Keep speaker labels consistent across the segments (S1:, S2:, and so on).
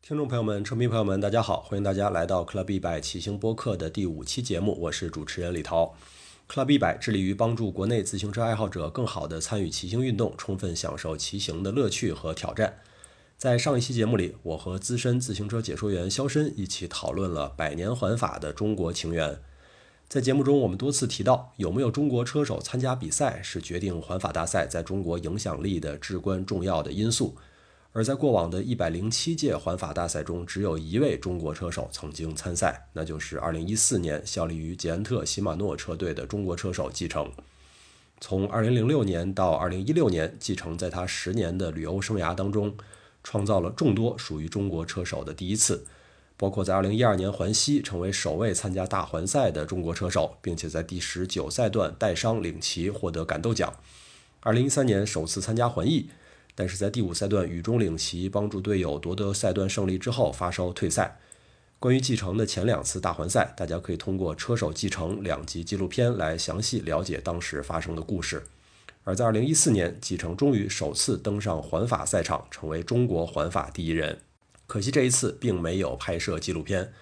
S1: 听众朋友们、车迷朋友们，大家好！欢迎大家来到 Club 一百骑行播客的第五期节目，我是主持人李涛。Club 一百致力于帮助国内自行车爱好者更好地参与骑行运动，充分享受骑行的乐趣和挑战。在上一期节目里，我和资深自行车解说员肖申一起讨论了百年环法的中国情缘。在节目中，我们多次提到，有没有中国车手参加比赛是决定环法大赛在中国影响力的至关重要的因素。而在过往的一百零七届环法大赛中，只有一位中国车手曾经参赛，那就是二零一四年效力于捷安特禧玛诺车队的中国车手季承。从二零零六年到二零一六年，季承在他十年的旅欧生涯当中，创造了众多属于中国车手的第一次，包括在二零一二年环西成为首位参加大环赛的中国车手，并且在第十九赛段带伤领旗获得感动奖。二零一三年首次参加环意。但是在第五赛段雨中领旗，帮助队友夺得赛段胜利之后发烧退赛。关于继承的前两次大环赛，大家可以通过《车手继承》两集纪录片来详细了解当时发生的故事。而在2014年，继承终于首次登上环法赛场，成为中国环法第一人。可惜这一次并没有拍摄纪录片。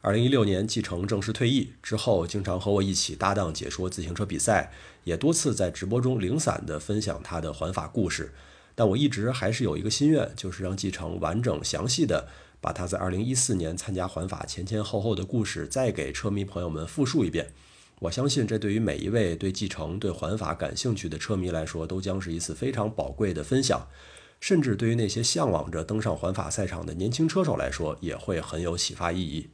S1: 二零一六年，继承正式退役之后，经常和我一起搭档解说自行车比赛，也多次在直播中零散地分享他的环法故事。但我一直还是有一个心愿，就是让继承完整详细的把他在2014年参加环法前前后后的故事再给车迷朋友们复述一遍。我相信这对于每一位对继承、对环法感兴趣的车迷来说，都将是一次非常宝贵的分享，甚至对于那些向往着登上环法赛场的年轻车手来说，也会很有启发意义。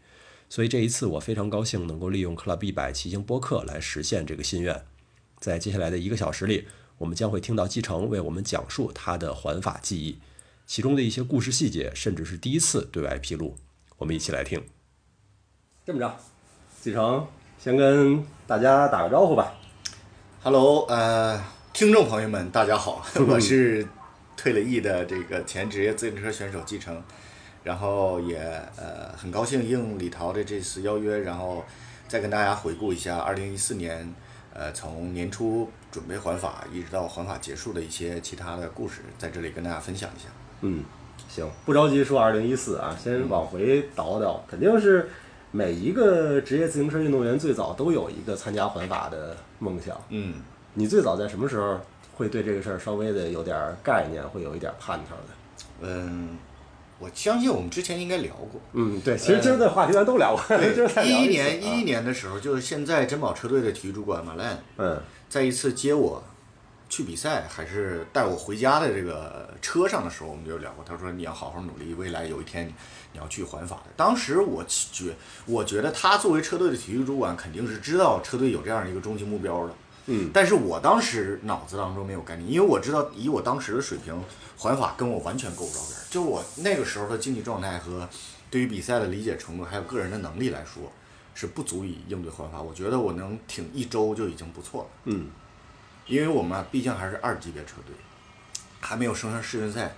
S1: 所以这一次，我非常高兴能够利用 Club 一百骑行播客来实现这个心愿。在接下来的一个小时里。我们将会听到继承为我们讲述他的环法记忆，其中的一些故事细节，甚至是第一次对外披露。我们一起来听。这么着，继承先跟大家打个招呼吧。
S2: Hello，呃，听众朋友们，大家好， 我是退了役的这个前职业自行车选手继承，然后也呃很高兴应李桃的这次邀约，然后再跟大家回顾一下二零一四年。呃，从年初准备环法，一直到环法结束的一些其他的故事，在这里跟大家分享一下。
S1: 嗯，行，不着急说二零一四啊，
S2: 嗯
S1: 先往回倒倒，肯定是每一个职业自行车运动员最早都有一个参加环法的梦想。
S2: 嗯，
S1: 你最早在什么时候会对这个事儿稍微的有点概念，会有一点盼头的？
S2: 嗯，我相信我们之前应该聊过。
S1: 嗯，对，其实今儿这话题咱都聊过， 今儿再
S2: 呃对，
S1: 聊
S2: 一一
S1: 次
S2: 年
S1: 啊
S2: 一一年的时候，就是现在珍宝车队的体育主管马兰，
S1: 嗯
S2: 在一次接我去比赛，还是带我回家的这个车上的时候，我们就聊过。他说你要好好努力，未来有一天你要去环法的。当时我觉我觉得他作为车队的体育主管，肯定是知道车队有这样一个终极目标的。
S1: 嗯，
S2: 但是我当时脑子当中没有概念，因为我知道以我当时的水平，环法跟我完全够不着边儿。就是我那个时候的经济状态和对于比赛的理解程度，还有个人的能力来说，是不足以应对环法。我觉得我能挺一周就已经不错了。
S1: 嗯，
S2: 因为我们啊毕竟还是二级别车队，还没有升上世运赛，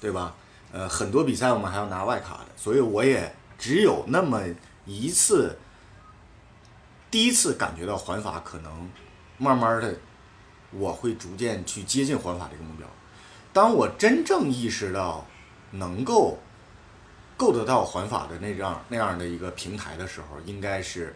S2: 对吧？呃，很多比赛我们还要拿外卡的，所以我也只有那么一次，第一次感觉到环法可能慢慢的，我会逐渐去接近环法这个目标。当我真正意识到能够够得到环法的那样那样的一个平台的时候，应该是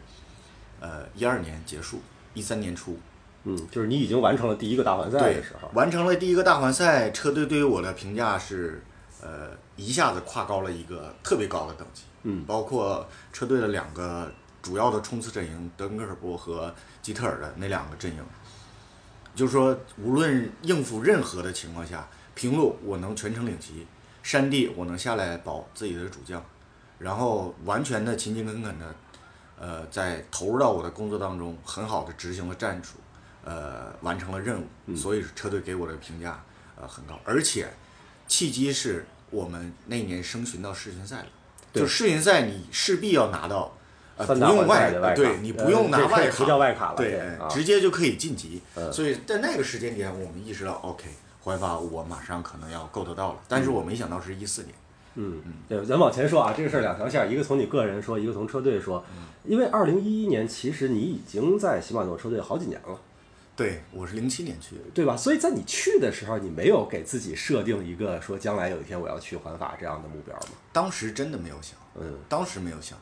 S2: 呃一二年结束，一三年初。
S1: 嗯，就是你已经完成了第一个大环赛
S2: 对
S1: 的时候，
S2: 完成了第一个大环赛，车队对于我的评价是，呃，一下子跨高了一个特别高的等级。
S1: 嗯
S2: 包括车队的两个主要的冲刺阵营，德根克尔伯和吉特尔的那两个阵营，就是说，无论应付任何的情况下，平路我能全程领旗，山地我能下来保自己的主将，然后完全的勤勤恳恳的，呃，在投入到我的工作当中，很好的执行了战术，呃，完成了任务，
S1: 嗯
S2: 所以车队给我的评价呃很高，而且契机是我们那年升巡到世巡赛了，
S1: 对
S2: 就世巡赛你势必要拿到。呃，不
S1: 三大
S2: 用
S1: 环赛
S2: 外
S1: 的外卡，
S2: 对你不用拿
S1: 呃这可以
S2: 外卡，
S1: 不叫外卡了，
S2: 对，
S1: 啊，嗯
S2: 直接就可以晋级。所以在那个时间点，我们意识到，OK，环法我马上可能要够得到了，但是我没想到是一四年。
S1: 嗯，对，咱往前说啊，这个事儿两条线儿，一个从你个人说，一个从车队说，因为二零一一年其实你已经在禧玛诺车队好几年了，
S2: 对，我是零七年去的，
S3: 对吧？所以在你去的时候，你没有给自己设定一个说将来有一天我要去环法这样的目标吗？
S2: 当时真的没有想，
S3: 嗯，
S2: 当时没有想，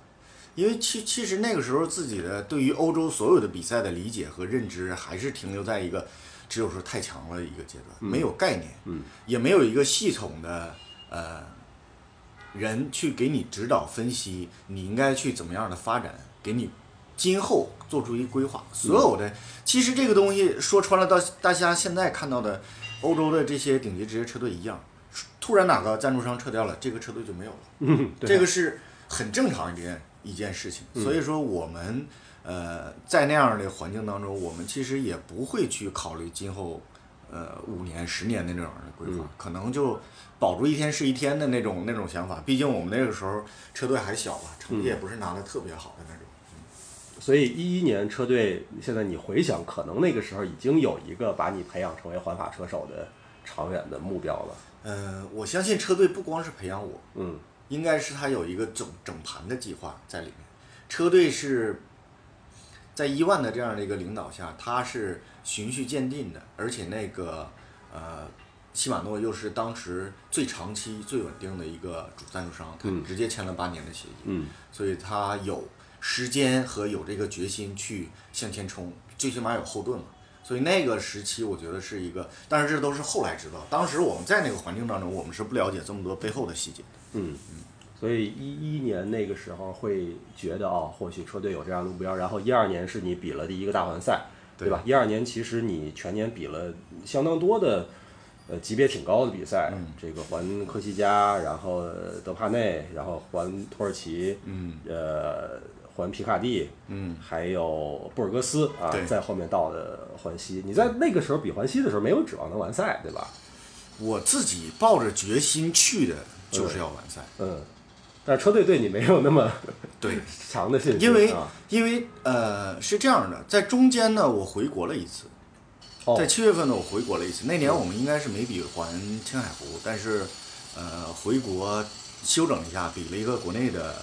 S2: 因为其其实那个时候自己的对于欧洲所有的比赛的理解和认知还是停留在一个只有说太强了一个阶段，没有概念，嗯，也没有一个系统的呃人去给你指导分析，你应该去怎么样的发展，给你今后做出一规划。所有的、其实这个东西说穿了，到大家现在看到的欧洲的这些顶级职业车队一样，突然哪个赞助商撤掉了，这个车队就没有了。
S3: 嗯，对嗯
S2: 这个是很正常一件一件事情。所以说我们呃在那样的环境当中，我们其实也不会去考虑今后呃五年、十年的那种的规
S3: 嗯
S2: 划，可能就保住一天是一天的那种那种想法。毕竟我们那个时候车队还小吧，成
S3: 嗯
S2: 绩也不是拿的特别好的那种。
S3: 所以一一年车队，现在你回想，可能那个时候已经有一个把你培养成为环法车手的长远的目标了。
S2: 嗯、我相信车队不光是培养我，
S3: 嗯，
S2: 应该是他有一个整整盘的计划在里面。车队是在伊万的这样的一个领导下，他是循序渐进的，而且那个呃，西马诺又是当时最长期、最稳定的一个主赞助商，他直接签了八年的协议，
S3: 嗯，
S2: 所以他有时间和有这个决心去向前冲，最起码有后盾嘛。所以那个时期，我觉得是一个，但是这都是后来知道，当时我们在那个环境当中，我们是不了解这么多背后的细节的。
S3: 所以一一年那个时候会觉得哦，或许车队有这样的目标。然后一二年是你比了第一个大环赛，对吧？一二年其实你全年比了相当多的，呃，级别挺高的比赛，这个环科西嘉，然后呃德帕内，然后环土耳其，嗯，呃，环皮卡蒂，嗯，还有布尔戈斯啊
S2: 对，
S3: 在后面到的环西。你在那个时候比环西的时候，没有指望能完赛，对吧？
S2: 我自己抱着决心去的，就是要完赛。
S3: 嗯，但是车队对你没有那么
S2: 对，
S3: 强的信心，
S2: 因为、
S3: 啊、
S2: 因为呃是这样的，在中间呢，我回国了一次，
S3: 哦
S2: 在七月份呢，我回国了一次。那年我们应该是没比环青海湖，但是呃回国休整一下，比了一个国内的，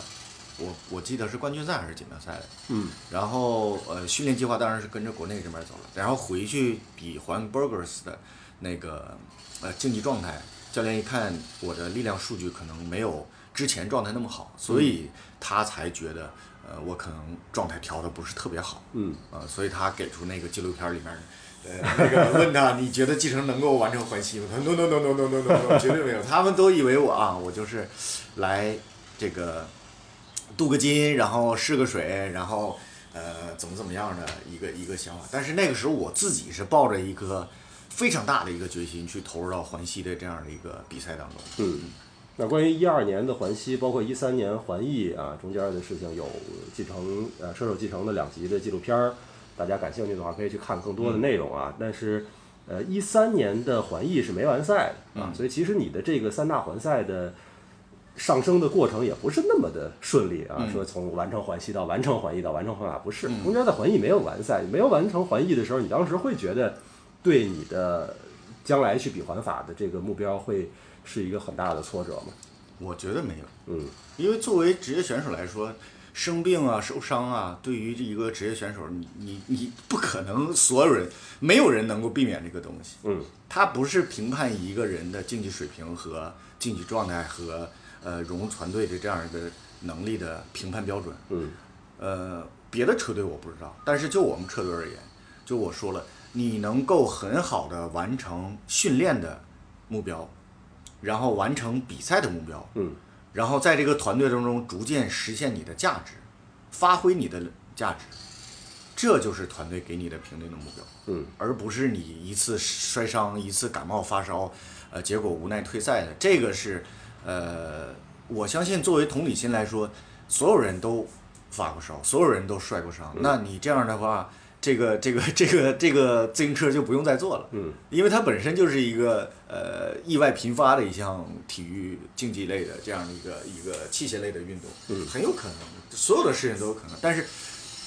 S2: 我我记得是冠军赛还是锦标赛的。
S3: 嗯。
S2: 然后呃训练计划当然是跟着国内这边走了，然后回去比环 Burgers 的那个呃竞技状态，教练一看我的力量数据可能没有之前状态那么好，所以他才觉得呃我可能状态调的不是特别好，
S3: 嗯，
S2: 呃，所以他给出那个纪录片里面。呃，那个问他，你觉得继承能够完成环西吗？他说 no no no no no no no no，绝对没有。他们都以为我啊，我就是来这个镀个金，然后试个水，然后呃怎么怎么样的一个一个想法。但是那个时候我自己是抱着一颗非常大的一个决心去投入到环西的这样的一个比赛当中。
S3: 嗯，那关于一二年的环西，包括一三年环意啊，中间的事情有继承呃车手继承的两集的纪录片儿，大家感兴趣的话可以去看更多的内容啊。但是呃，一三年的环意是没完赛的啊，所以其实你的这个三大环赛的。上升的过程也不是那么的顺利啊，说从完成环西到完成环意到完成环法不是，中间的环意没有完赛，没有完成环意的时候，你当时会觉得对你的将来去比环法的这个目标会是一个很大的挫折吗？
S2: 我觉得没有，
S3: 嗯，
S2: 因为作为职业选手来说，生病啊、受伤啊，对于这一个职业选手，你你你不可能所有人没有人能够避免这个东西。
S3: 嗯，
S2: 它不是评判一个人的竞技水平和竞技状态和呃融入团队的这样一个能力的评判标准。
S3: 嗯，
S2: 呃，别的车队我不知道，但是就我们车队而言，就我说了，你能够很好的完成训练的目标，然后完成比赛的目标，
S3: 嗯，
S2: 然后在这个团队当中逐渐实现你的价值，发挥你的价值，这就是团队给你的评定的目标，
S3: 嗯，
S2: 而不是你一次摔伤、一次感冒发烧，呃，结果无奈退赛的，这个是，呃，我相信作为同理心来说，所有人都发过烧，所有人都摔过
S3: 嗯
S2: 伤，那你这样的话。这个这个这个这个自行车就不用再做了，
S3: 嗯，
S2: 因为它本身就是一个呃意外频发的一项体育竞技类的这样的一个一个器械类的运动，嗯，很有可能所有的事情都有可能，但是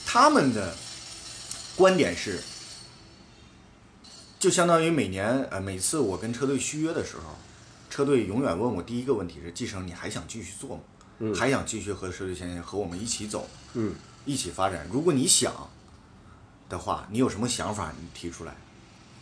S2: 他们的观点是，就相当于每年呃每次我跟车队续约的时候，车队永远问我第一个问题是：季生，你还想继续做吗？还想继续和车队先生和我们一起走，
S3: 嗯，
S2: 一起发展？如果你想的话，你有什么想法，你提出来。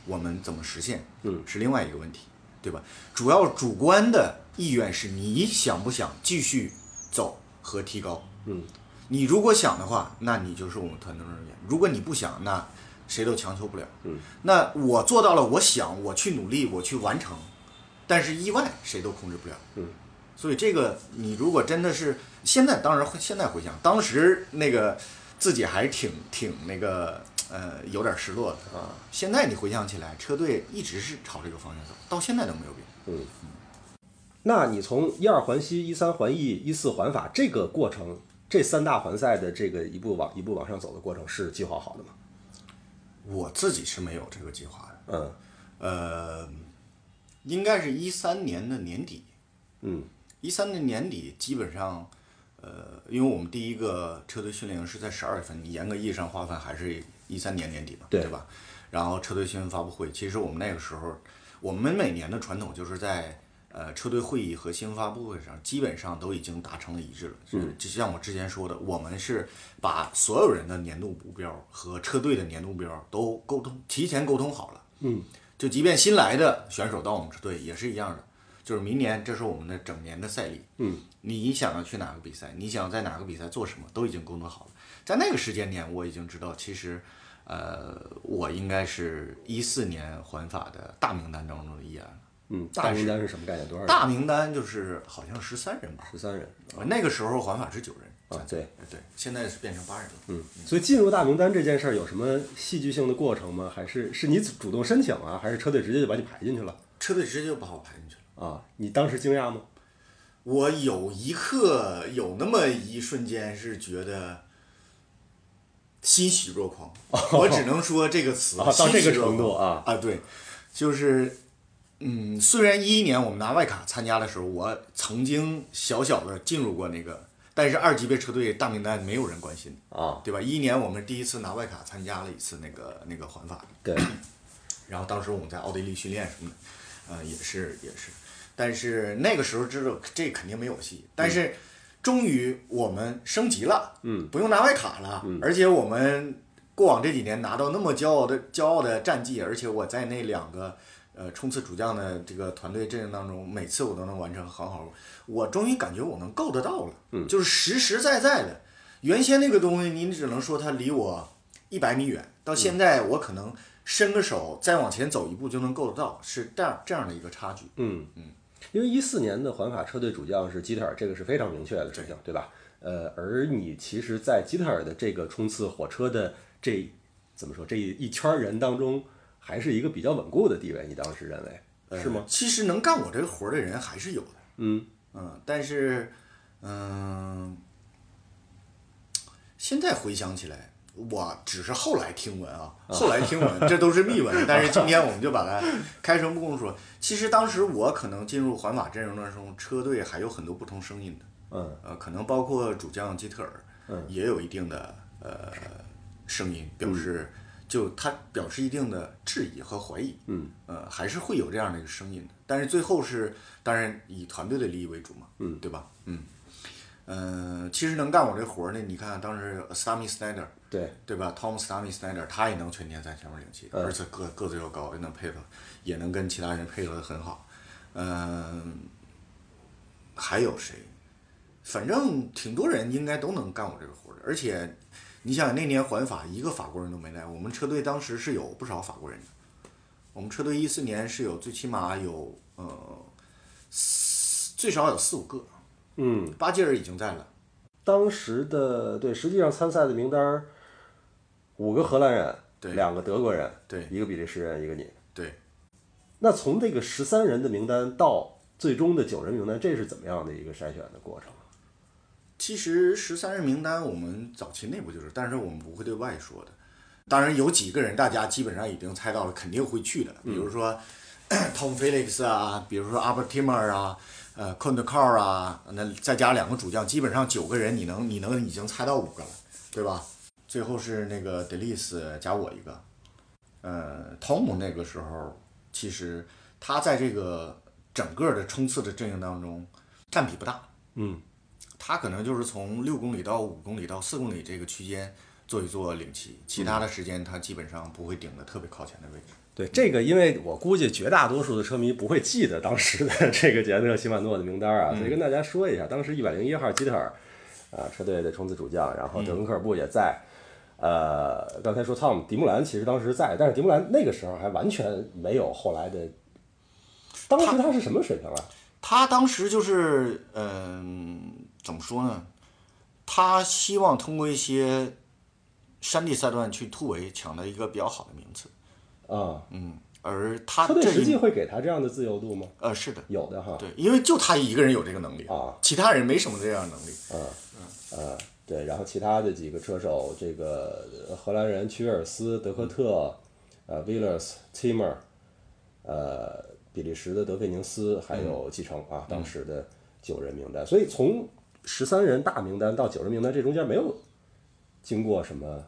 S2: 我们怎么实现，
S3: 嗯
S2: 是另外一个问题，对吧？主要主观的意愿是你想不想继续走和提高，
S3: 嗯，
S2: 你如果想的话，那你就是我们团队中人员；如果你不想，那谁都强求不了。
S3: 嗯，
S2: 那我做到了，我想，我去努力，我去完成，但是意外谁都控制不了。
S3: 嗯，
S2: 所以这个你如果真的是现在，当然会现在回想，当时那个自己还是挺挺那个呃有点失落的啊。现在你回想起来，车队一直是朝这个方向走，到现在都没有变。
S3: 那你从一二环西、一三环意、一四环法这个过程，这三大环赛的这个一步往一步往上走的过程是计划好的吗？
S2: 我自己是没有这个计划的。
S3: 嗯
S2: 呃，应该是一三年的年底，
S3: 嗯
S2: 一三年年底基本上，呃，因为我们第一个车队训练营是在十二月份，你严格意义上划分还是一三年年底嘛，
S3: 对
S2: 对吧？然后车队新闻发布会，其实我们那个时候，我们每年的传统就是在呃车队会议和新闻发布会上，基本上都已经达成了一致了。嗯，就像我之前说的，我们是把所有人的年度目标和车队的年度目标都沟通，提前沟通好了。
S3: 嗯，
S2: 就即便新来的选手到我们车队也是一样的，就是明年这是我们的整年的赛历。
S3: 嗯，
S2: 你想要去哪个比赛，你想在哪个比赛做什么，都已经沟通好了。在那个时间点，我已经知道，其实，呃，我应该是一四年环法的大名单当中的一员了。
S3: 嗯，大名单是什么概念？多少人？
S2: 大名单就是好像十三人吧，呃
S3: 十三人
S2: 那个时候环法是九人，
S3: 啊，对，
S2: 对，现在是变成八人了。
S3: 嗯，所以进入大名单这件事儿有什么戏剧性的过程吗？还是是你主动申请啊，还是车队直接就把你排进去了
S2: 车队直接就把我排进去了。
S3: 啊？你当时惊讶吗？
S2: 我有一刻有那么一瞬间是觉得欣喜若狂，我只能说这个 词
S3: 啊哦到这个
S2: 欣喜若
S3: 程度
S2: 狂
S3: 啊
S2: 啊！对，就是嗯，虽然一一年我们拿外卡参加的时候，我曾经小小的进入过那个，但是二级别车队大名单没有人关心，
S3: 啊，
S2: 对吧？一一年我们第一次拿外卡参加了一次那个那个环法，
S3: 对，
S2: 然后当时我们在奥地利训练什么的，呃，也是也是，但是那个时候知道这肯定没有戏，但是终于我们升级了，
S3: 嗯，
S2: 不用拿外卡了，而且我们过往这几年拿到那么骄傲的骄傲的战绩，而且我在那两个呃冲刺主将的这个团队阵营当中，每次我都能完成很好，我终于感觉我能够得到了，嗯，就是实实在在的，原先那个东西你只能说它离我一百米远，到现在我可能伸个手再往前走一步就能够得到，是这样这样的一个差距。
S3: 嗯嗯，因为一四年的环法车队主将是基特尔，这个是非常明确的事情，对吧？呃，而你其实，在基特尔的这个冲刺火车的这怎么说这一圈儿人当中，还是一个比较稳固的地位，你当时认为是吗？
S2: 其实能干我这个活儿的人还是有的，
S3: 嗯
S2: 嗯，但是，嗯，现在回想起来，我只是后来听闻啊，后来听 闻，这都是秘闻。但是今天我们就把它开诚布公说。其实当时我可能进入环法阵容的时候，车队还有很多不同声音的，
S3: 嗯
S2: 呃，可能包括主将基特尔，
S3: 嗯
S2: 也有一定的呃声音表示，就他表示一定的质疑和怀疑，
S3: 嗯，
S2: 呃，还是会有这样的一个声音的。但是最后是，当然以团队的利益为主嘛，
S3: 嗯，
S2: 对吧？嗯，呃，其实能干我这活儿的，你看当时 Sami Snyder，
S3: 对，
S2: 对吧？Tom Stammy Snyder 他也能全年在前面领骑，
S3: 嗯
S2: 而且个个子又高，又能配合，也能跟其他人配合的很好。嗯，还有谁？反正挺多人应该都能干我这个活儿的。而且，你想想那年环法一个法国人都没来，我们车队当时是有不少法国人的。我们车队一四年是有最起码有呃，四最少有四五个。
S3: 嗯，
S2: 巴基尔已经在了，
S3: 当时的对，实际上参赛的名单儿五个荷兰人，
S2: 对
S3: 两个德国人，
S2: 对
S3: 一个比利时人，一个你。
S2: 对。
S3: 那从这个十三人的名单到最终的九人名单，这是怎么样的一个筛选的过程？
S2: 其实十三人名单我们早期内部就是，但是我们不会对外说的。当然有几个人大家基本上已经猜到了，肯定会去的，比如说、Tom Felix 啊，比如说 Albert Timmer 啊，呃 c o n d e c a r 啊，那再加两个主将，基本上九个人你能你能已经猜到五个了，对吧？最后是那个 Delis 加我一个，呃，Tom 那个时候其实他在这个整个的冲刺的阵营当中占比不大，
S3: 嗯，
S2: 他可能就是从六公里到五公里到四公里这个区间做一做领骑，其他的时间他基本上不会顶得特别靠前的位置。
S3: 对这个，因为我估计绝大多数的车迷不会记得当时的 这个捷安特西曼诺的名单啊，所以跟大家说一下，当时一百零一号基特尔啊车队的冲刺主将，然后德文科尔布也在。呃，刚才说 Tom 迪木兰其实当时在，但是迪木兰那个时候还完全没有后来的。当时他是什么水平啊？
S2: 他当时就是，嗯、怎么说呢？他希望通过一些山地赛段去突围，抢到一个比较好的名次。
S3: 啊，
S2: 嗯，而他
S3: 车队
S2: 这
S3: 实际
S2: 一
S3: 会给他这样的自由度吗？
S2: 呃是的，
S3: 有的哈。
S2: 对，因为就他一个人有这个能力
S3: 啊，
S2: 其他人没什么这样的能力。
S3: 呃，对，然后其他的几个车手，这个呃荷兰人屈威尔斯、德科特、呃 Willers、Timmer，呃，比利时的德佩宁斯，还有继承啊，当时的九人名单。所以从十三人大名单到九人名单，这中间没有经过什么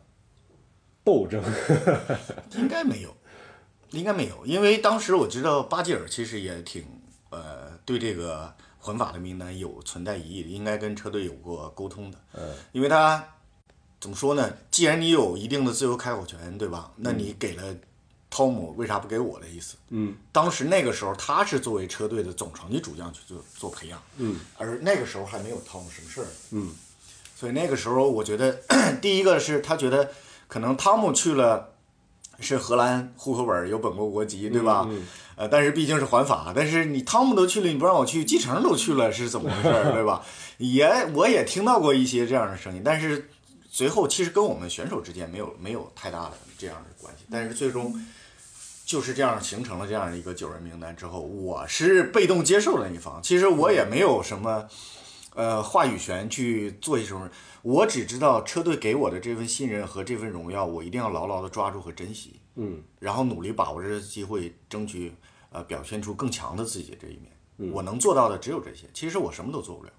S3: 斗争。
S2: 应该没有，应该没有，因为当时我知道巴基尔其实也挺呃对这个混法的名单有存在疑义，应该跟车队有过沟通的。嗯，因为他怎么说呢？既然你有一定的自由开火权，对吧？那你给了汤姆，为啥不给我的意思？嗯，当时那个时候他是作为车队的总成绩主将去做做培养，嗯，而那个时候还没有汤姆什么事儿，嗯，所以那个时候我觉得 第一个是他觉得可能汤姆去了。是荷兰户口本儿有本国国籍，对吧？呃，但是毕竟是环法，但是你汤姆都去了，你不让我去，继承都去了，是怎么回事儿，对吧？ 也我也听到过一些这样的声音，但是随后其实跟我们选手之间没有没有太大的这样的关系，但是最终就是这样形成了这样一个九人名单之后，我是被动接受的那一方，其实我也没有什么呃话语权去做一些什么，我只知道车队给我的这份信任和这份荣耀，我一定要牢牢的抓住和珍惜，
S3: 嗯，
S2: 然后努力把握这个机会，争取呃表现出更强的自己这一面。我能做到的只有这些，其实我什么都做不了。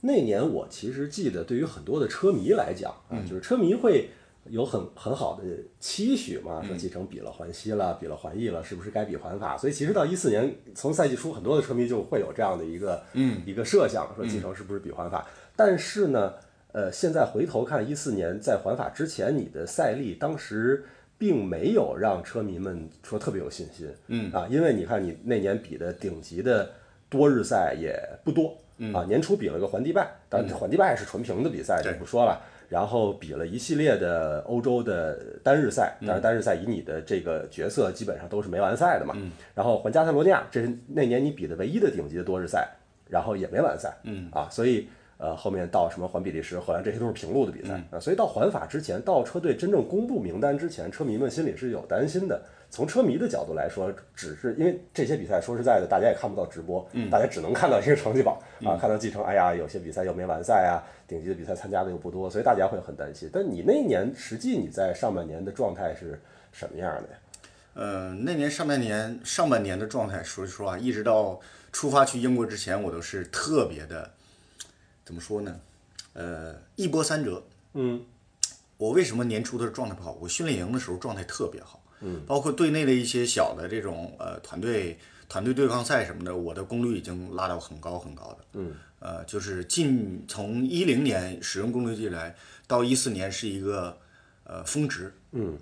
S3: 那年我其实记得，对于很多的车迷来讲啊，就是车迷会有很很好的期许嘛，说继承比了环西了，比了环意了，是不是该比环法？所以其实到一四年，从赛季初，很多的车迷就会有这样的一个嗯一个设想，说继承是不是比环法？但是呢，呃，现在回头看一四年在环法之前，你的赛历当时。并没有让车迷们说特别有信心，嗯啊，因为你看你那年比的顶级的多日赛也不多，啊，年初比了个环地拜，但环地拜是纯平的比赛，就不说了。然后比了一系列的欧洲的单日赛，但是单日赛以你的这个角色基本上都是没完赛的嘛。然后环加泰罗尼亚，这是那年你比的唯一的顶级的多日赛，然后也没完赛。嗯啊，所以呃后面到什么环比利时、荷兰这些都是平路的比赛、啊，
S2: 嗯
S3: 所以到环法之前，到车队真正公布名单之前，车迷们心里是有担心的。从车迷的角度来说，只是因为这些比赛说实在的，大家也看不到直播，
S2: 嗯
S3: 大家只能看到一个成绩榜啊，看到继承，哎呀，有些比赛又没完赛啊，顶级的比赛参加的又不多，所以大家会很担心。但你那一年实际你在上半年的状态是什么样的呀？
S2: 呃，那年上半年上半年的状态，说实话，一直到出发去英国之前，我都是特别的，怎么说呢？呃，一波三折。
S3: 嗯，
S2: 我为什么年初的时候状态不好？我训练营的时候状态特别好，嗯，包括队内的一些小的这种呃团队团队对抗赛什么的，我的功率已经拉到很高很高的，嗯，呃，就是近从一零年使用功率计来到一四年是一个呃峰值，
S3: 嗯，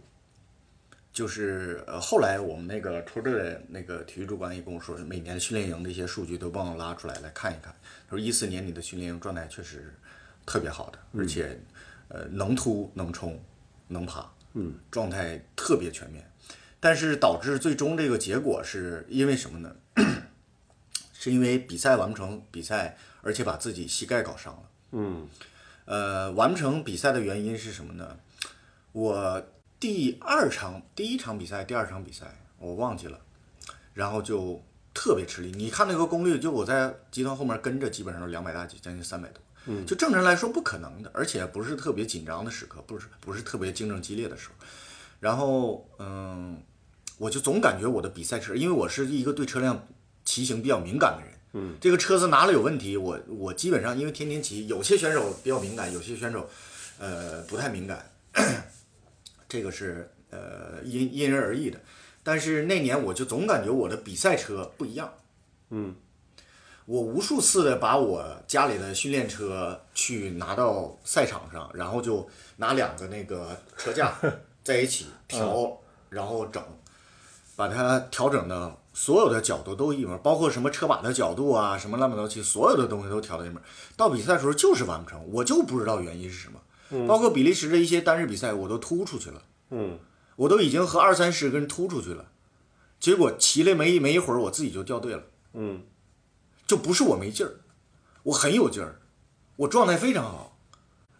S2: 就是呃后来我们那个车队的那个体育主管也跟我说，每年训练营的一些数据都帮我拉出来来看一看，他说一四年你的训练营状态确实特别好的，而且。呃，能突能冲能爬，嗯，状态特别全面。但是导致最终这个结果是因为什么呢？ 是因为比赛完不成比赛，而且把自己膝盖搞伤了。嗯，呃，完不成比赛的原因是什么呢？我第二场、第一场比赛、第二场比赛我忘记了，然后就特别吃力。你看那个功率，就我在集团后面跟着，基本上都两百大几，将近三百多。嗯，就正常来说不可能的，而且不是特别紧张的时刻，不是不是特别竞争激烈的时候。然后，嗯，我就总感觉我的比赛车，因为我是一个对车辆骑行比较敏感的人，嗯，这个车子哪里有问题，我我基本上因为天天骑，有些选手比较敏感，有些选手，呃，不太敏感，这个是呃因因人而异的。但是那年我就总感觉我的比赛车不一样，我无数次的把我家里的训练车去拿到赛场上，然后就拿两个那个车架在一起调，然后整，把它调整的所有的角度都一模，包括什么车把的角度啊，什么乱七八糟，所有的东西都调的一模。到比赛的时候就是完不成，我就不知道原因是什么。包括比利时的一些单日比赛，我都突出去了，
S3: 嗯，
S2: 我都已经和二三十个人突出去了，结果骑了没一没一会儿，我自己就掉队了。
S3: 嗯，
S2: 就不是我没劲儿，我很有劲儿，我状态非常好。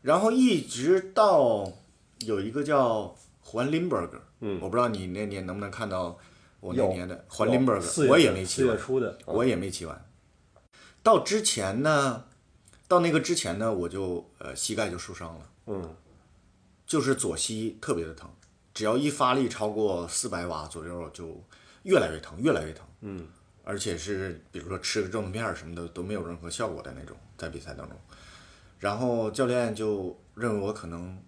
S2: 然后一直到有一个叫环林伯格，嗯，我不知道你那年能不能看到我那
S3: 有
S2: 年的环林伯
S3: 有
S2: 格，
S3: 四月
S2: 我也
S3: 份
S2: 没骑
S3: 四月
S2: 完，
S3: 初的，
S2: 我也没骑完。到之前呢，到那个之前呢，我就呃膝盖就受伤了，
S3: 嗯
S2: 就是左膝特别的疼，只要一发力超过四百瓦左右，就越来越疼，越来越疼。
S3: 嗯，
S2: 而且是比如说吃个镇痛片儿什么的都没有任何效果的那种，在比赛当中。然后教练就认为我可能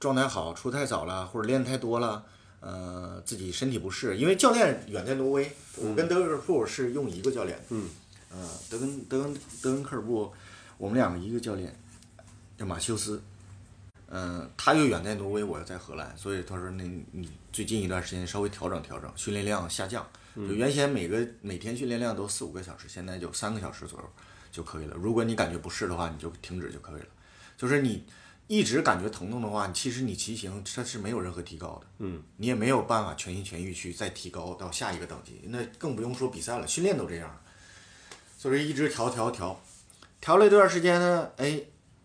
S2: 状态好出太早了，或者练太多了，呃，自己身体不适。因为教练远在挪威，我跟德克尔布是用一个教练，
S3: 嗯，
S2: 呃，德根德根德根科尔布，我们两个一个教练，叫马修斯。嗯、他又远在挪威，我又在荷兰，所以他说那你最近一段时间稍微调整调整，训练量下降。就原先每个每天训练量都四五个小时，现在就三个小时左右就可以了。如果你感觉不适的话，你就停止就可以了。就是你一直感觉疼痛的话，其实你骑行它是没有任何提高的，
S3: 嗯，
S2: 你也没有办法全心全意去再提高到下一个等级，那更不用说比赛了，训练都这样了。所以一直调调调，调了一段时间呢，哎，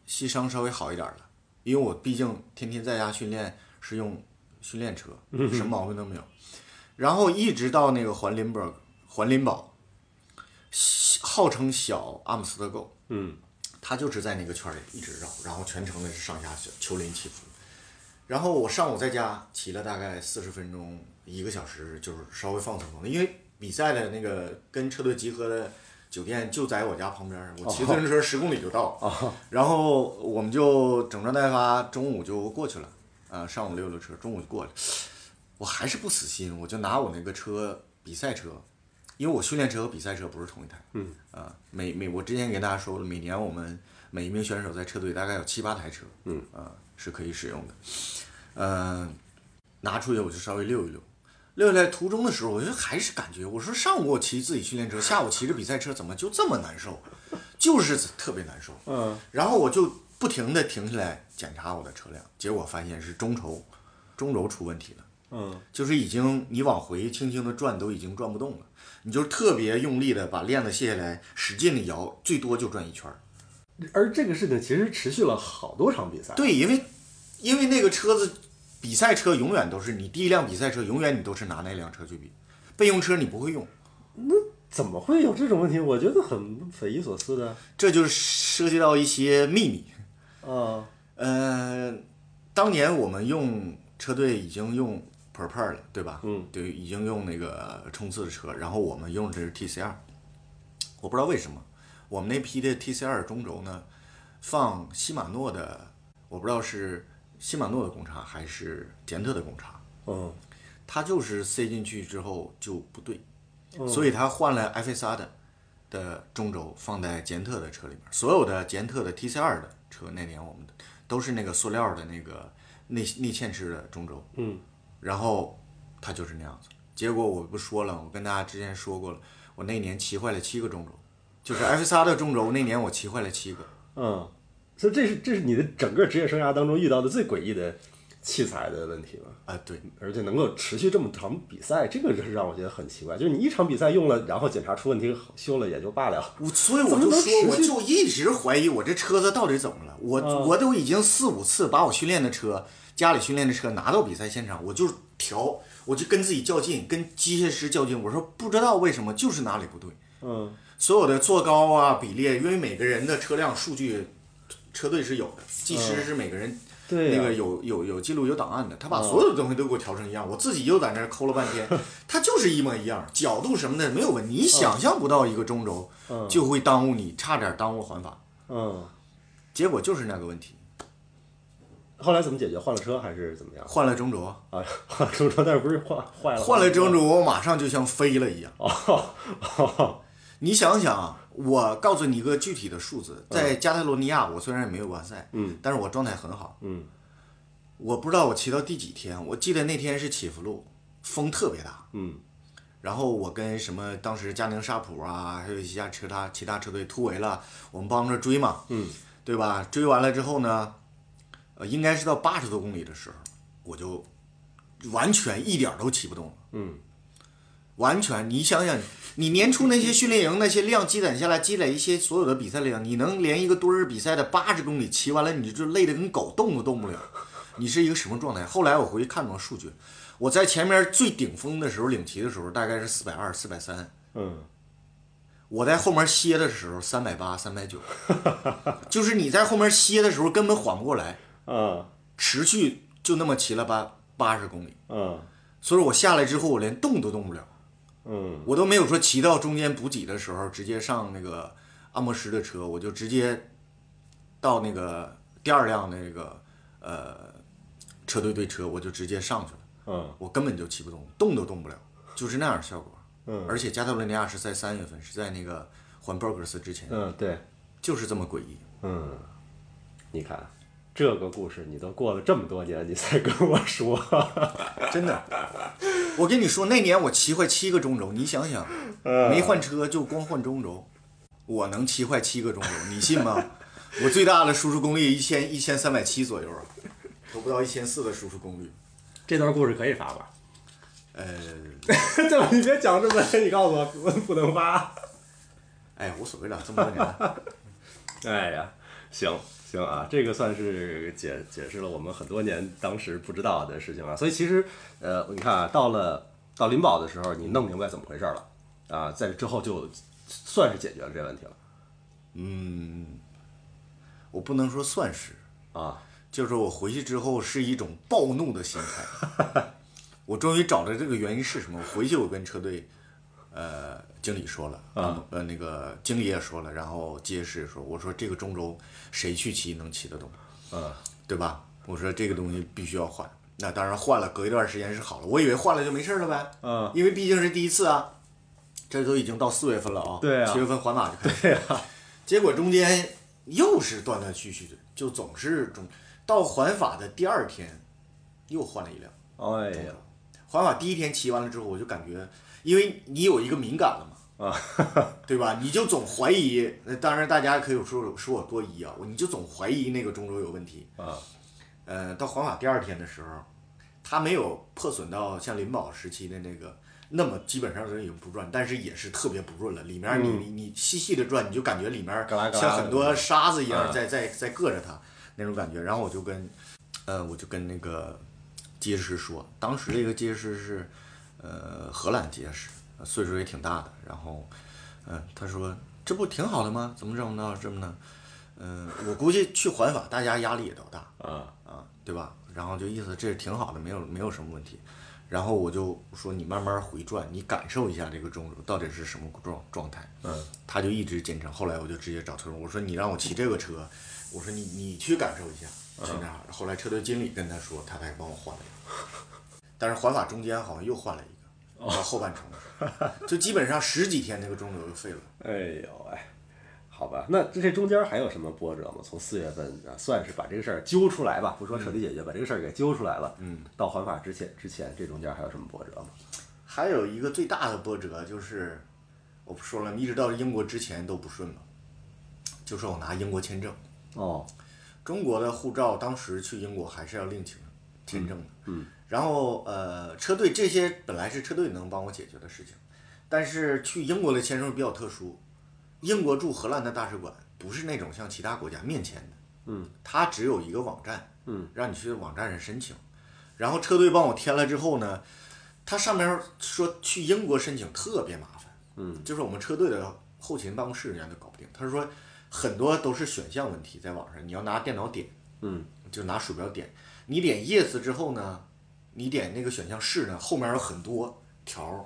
S2: 膝伤稍微好一点了，因为我毕竟天天在家训练是用训练车，什么毛病都没有。然后一直到那个环林堡，环林堡，号称小阿姆斯特购，
S3: 嗯
S2: 他就是在那个圈儿里一直绕，然后全程的是上下丘陵起伏。然后我上午在家骑了大概四十分钟，一个小时，就是稍微放松放松，因为比赛的那个跟车队集合的酒店就在我家旁边儿，我骑自行车十公里就到。
S3: 哦
S2: 然后我们就整装待发，中午就过去了。啊，上午溜溜车，中午就过来。我还是不死心，我就拿我那个车比赛车，因为我训练车和比赛车不是同一台。
S3: 嗯。
S2: 啊，每每我之前给大家说了，每年我们每一名选手在车队大概有七八台车。
S3: 嗯。
S2: 啊，是可以使用的。嗯、拿出去我就稍微溜一溜。溜下来途中的时候，我就还是感觉，我说上午我骑自己训练车，下午骑着比赛车，怎么就这么难受？就是特别难受。
S3: 嗯
S2: 然后我就不停地停下来检查我的车辆，结果发现是中轴，中轴出问题了，
S3: 嗯
S2: 就是已经你往回轻轻的转都已经转不动了，你就特别用力的把链子卸下来，使劲的摇，最多就转一圈儿。
S3: 而这个事情其实持续了好多场比赛，
S2: 对，因为因为那个车子比赛车永远都是你第一辆比赛车，永远你都是拿那辆车去比，备用车你不会用，
S3: 怎么会有这种问题？我觉得很匪夷所思的
S2: 这就是涉及到一些秘密。
S3: 啊。
S2: 呃，当年我们用车队已经用 p r p e r 了，对吧？
S3: 嗯，
S2: 对，已经用那个冲刺的车，然后我们用的是 TCR，我不知道为什么我们那批的 TCR 中轴呢，放西马诺的，我不知道是西马诺的公差还是捷安特的公差，
S3: 嗯
S2: 它就是塞进去之后就不对，
S3: 嗯
S2: 所以它换了 FSR 的的中轴放在捷安特的车里面，所有的捷安特的 TCR 的车那年我们的都是那个塑料的那个内内嵌式的中轴，
S3: 嗯，
S2: 然后它就是那样子。结果我不说了，我跟大家之前说过了，我那年骑坏了七个中轴，就是 FSR 的中轴，那年我骑坏了七个。
S3: 嗯，所以这是这是你的整个职业生涯当中遇到的最诡异的器材的问题吧？
S2: 啊、对，
S3: 而且能够持续这么长比赛，这个是让我觉得很奇怪。就是你一场比赛用了，然后检查出问题修了也就罢了。
S2: 我所以我就说，我就一直怀疑我这车子到底怎么了。我、我都已经四五次把我训练的车、家里训练的车拿到比赛现场，我就调，我就跟自己较劲，跟机械师较劲。我说不知道为什么，就是哪里不对。
S3: 嗯
S2: 所有的坐高啊、比例，因为每个人的车辆数据，车队是有的，技师是每个人。
S3: 对呀啊哦
S2: 那个有有有记录有档案的，他把所有的东西都给我调成一样，我自己又在那儿抠了 半天，他就是一模一样，角度什么的没有问题，你想象不到一个中轴
S3: 嗯
S2: 就会耽误你，差点耽误环法，
S3: 嗯，
S2: 结果就是那个问题，
S3: 后来怎么解决？换了车还是怎么样？
S2: 换了中轴，
S3: 啊，换了中轴，但是不是换坏了？
S2: 换了中轴，我马上就像飞了一样。
S3: 哦，
S2: 你想想，我告诉你一个具体的数字，在加泰罗尼亚，我虽然也没有完赛，
S3: 嗯，
S2: 但是我状态很好，
S3: 嗯，
S2: 我不知道我骑到第几天，我记得那天是起伏路，风特别大，
S3: 嗯
S2: 然后我跟什么当时佳宁沙普啊，还有一些其他其他车队突围了，我们帮着追嘛，
S3: 嗯，
S2: 对吧？追完了之后呢，呃，应该是到八十多公里的时候，我就完全一点儿都骑不动了，
S3: 嗯，
S2: 完全，你想想，你年初那些训练营那些量积攒下来，积累一些所有的比赛量，你能连一个多人比赛的八十公里骑完了，你就累得跟狗动都 动不了，你是一个什么状态？后来我回去看到数据，我在前面最顶峰的时候领骑的时候，大概是四百二、四百三。
S3: 嗯，
S2: 我在后面歇的时候，三百八、三 百九，就是你在后面歇的时候根本缓不过来，
S3: 啊，
S2: 持续就那么骑了八八十公里。
S3: 嗯，
S2: 所以我下来之后，我连动都动不了，
S3: 嗯，
S2: 我都没有说骑到中间补给的时候直接上那个按摩师的车，我就直接到那个第二辆那个呃车队队车，我就直接上去了。
S3: 嗯，
S2: 我根本就骑不动，动都动不了，就是那样的效果。
S3: 嗯
S2: 而且加泰罗尼亚是在三月份，是在那个环博格斯之前，
S3: 嗯，对，
S2: 就是这么诡异。
S3: 嗯，你看这个故事，你都过了这么多年，你才跟我说，
S2: 真的，我跟你说，那年我骑坏七个中轴，你想想，没换车就光换中轴，我能骑坏七个中轴，你信吗？我最大的输出功率一千一千三百七左右啊，都不到一千四的输出功率。
S3: 这段故事可以发 吧？
S2: 呃，
S3: 这你别讲这么，你告诉我不能发。
S2: 哎呀，无所谓了，这么多年了，
S3: 哎呀，行行啊，这个算是解解释了我们很多年当时不知道的事情啊。所以其实，呃，你看啊，到了到林宝的时候，你弄明白怎么回事了啊，在之后就算是解决了这问题了
S2: 我不能说算是，
S3: 啊。
S2: 就是我回去之后是一种暴怒的心态。我终于找着这个原因是什么。我回去我跟车队，呃，经理说了，
S3: 啊
S2: 呃，那个经理也说了，然后街市也说，我说这个中轴谁去骑能骑得动，
S3: 嗯
S2: 对吧？我说这个东西必须要换。那当然换了，隔一段时间是好了。我以为换了就没事了呗，
S3: 嗯
S2: 因为毕竟是第一次啊。这都已经到四月份了啊，
S3: 对啊
S2: 七月份环马就开始，对啊，结果中间又是断断续续的，就总是中到环法的第二天又换了一辆。
S3: 哎呀，
S2: 环法第一天骑完了之后，我就感觉，因为你有一个敏感了嘛，
S3: 啊，
S2: 对吧？你就总怀疑，呃当然大家可以说说我多疑啊，我你就总怀疑那个中轴有问题。
S3: 啊，
S2: 呃，到环法第二天的时候，它没有破损到像林宝时期的那个那么基本上是已经不转，但是也是特别不润了。里面你、你你细细的转，你就感觉里面
S3: 嗯嘎啦嘎啦
S2: 像很多沙子一样
S3: 嗯
S2: 在在在硌着它那种感觉。然后我就跟，呃，我就跟那个结石说，当时这个结石是，呃，荷兰结石，呃岁数也挺大的。然后，嗯、他说这不挺好的吗？怎么这么闹这么呢？嗯、我估计去环法大家压力也都大，
S3: 啊，
S2: 啊，对吧？然后就意思这挺好的，没有没有什么问题。然后我就说你慢慢回转，你感受一下这个中轴到底是什么状状态。
S3: 嗯
S2: 他就一直坚持，后来我就直接找车主，我说你让我骑这个车，我说你你去感受一下，去那儿。
S3: 嗯
S2: 后来车队经理跟他说，他才帮我换了一个。但是环法中间好像又换了一个，到后半程的时候，就基本上十几天那个中轴就废了。
S3: 哎呦哎，好吧，那这这中间还有什么波折吗？从四月份啊，算是把这个事儿揪出来吧，不说彻底解决，把这个事儿给揪出来了。嗯，到环法之前之前，这中间还有什么波折吗？
S2: 还有一个最大的波折就是，我不说了，一直到英国之前都不顺嘛，就是我拿英国签证，
S3: 哦，
S2: 中国的护照当时去英国还是要另请签证的。嗯。然后呃，车队这些本来是车队能帮我解决的事情，但是去英国的签证比较特殊，英国驻荷兰的大使馆不是那种像其他国家面签的，嗯，它只有一个网站，嗯，让你去网站上申请，然后车队帮我填了之后呢，它上面说去英国申请特别麻烦，嗯，就是我们车队的后勤办公室人员都搞不定，他说很多都是选项问题，在网上你要拿电脑点，
S3: 嗯，
S2: 就拿鼠标点，你点 yes 之后呢，你点那个选项是呢，后面有很多条儿。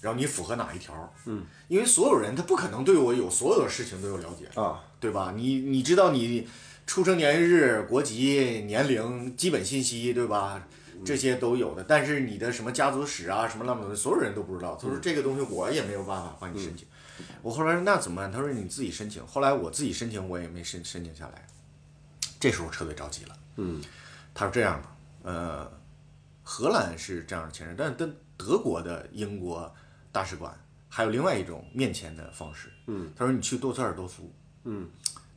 S2: 然后你符合哪一条？嗯，因为所有人他不可能对我有所有的事情都有了解，
S3: 啊，
S2: 对吧？你你知道你出生年日、国籍、年龄、基本信息，对吧？
S3: 嗯
S2: 这些都有的，但是你的什么家族史啊，什么乱七八糟的，所有人都不知道。
S3: 嗯
S2: 他说这个东西我也没有办法帮你申请。我后来说那怎么办？他说你自己申请。后来我自己申请，我也没申申请下来。这时候车队着急了，
S3: 嗯，
S2: 他说这样吧，呃，荷兰是这样的签证，但但德国的、英国、大使馆，还有另外一种面前的方式。
S3: 嗯，
S2: 他说你去杜塞尔多夫，
S3: 嗯，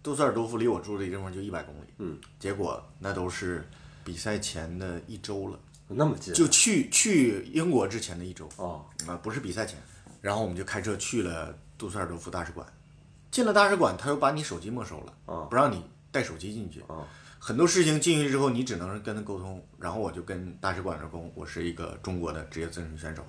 S2: 杜塞尔多夫离我住的地方就一百公里，
S3: 嗯，
S2: 结果那都是比赛前的一周了，
S3: 哦那么近
S2: 就去去英国之前的一周，
S3: 哦，
S2: 啊，不是比赛前，然后我们就开车去了杜塞尔多夫大使馆，进了大使馆，他又把你手机没收了，不让你带手机进去
S3: 哦。
S2: 很多事情进去之后，你只能跟他沟通。然后我就跟大使馆职工，我是一个中国的职业自行车选手，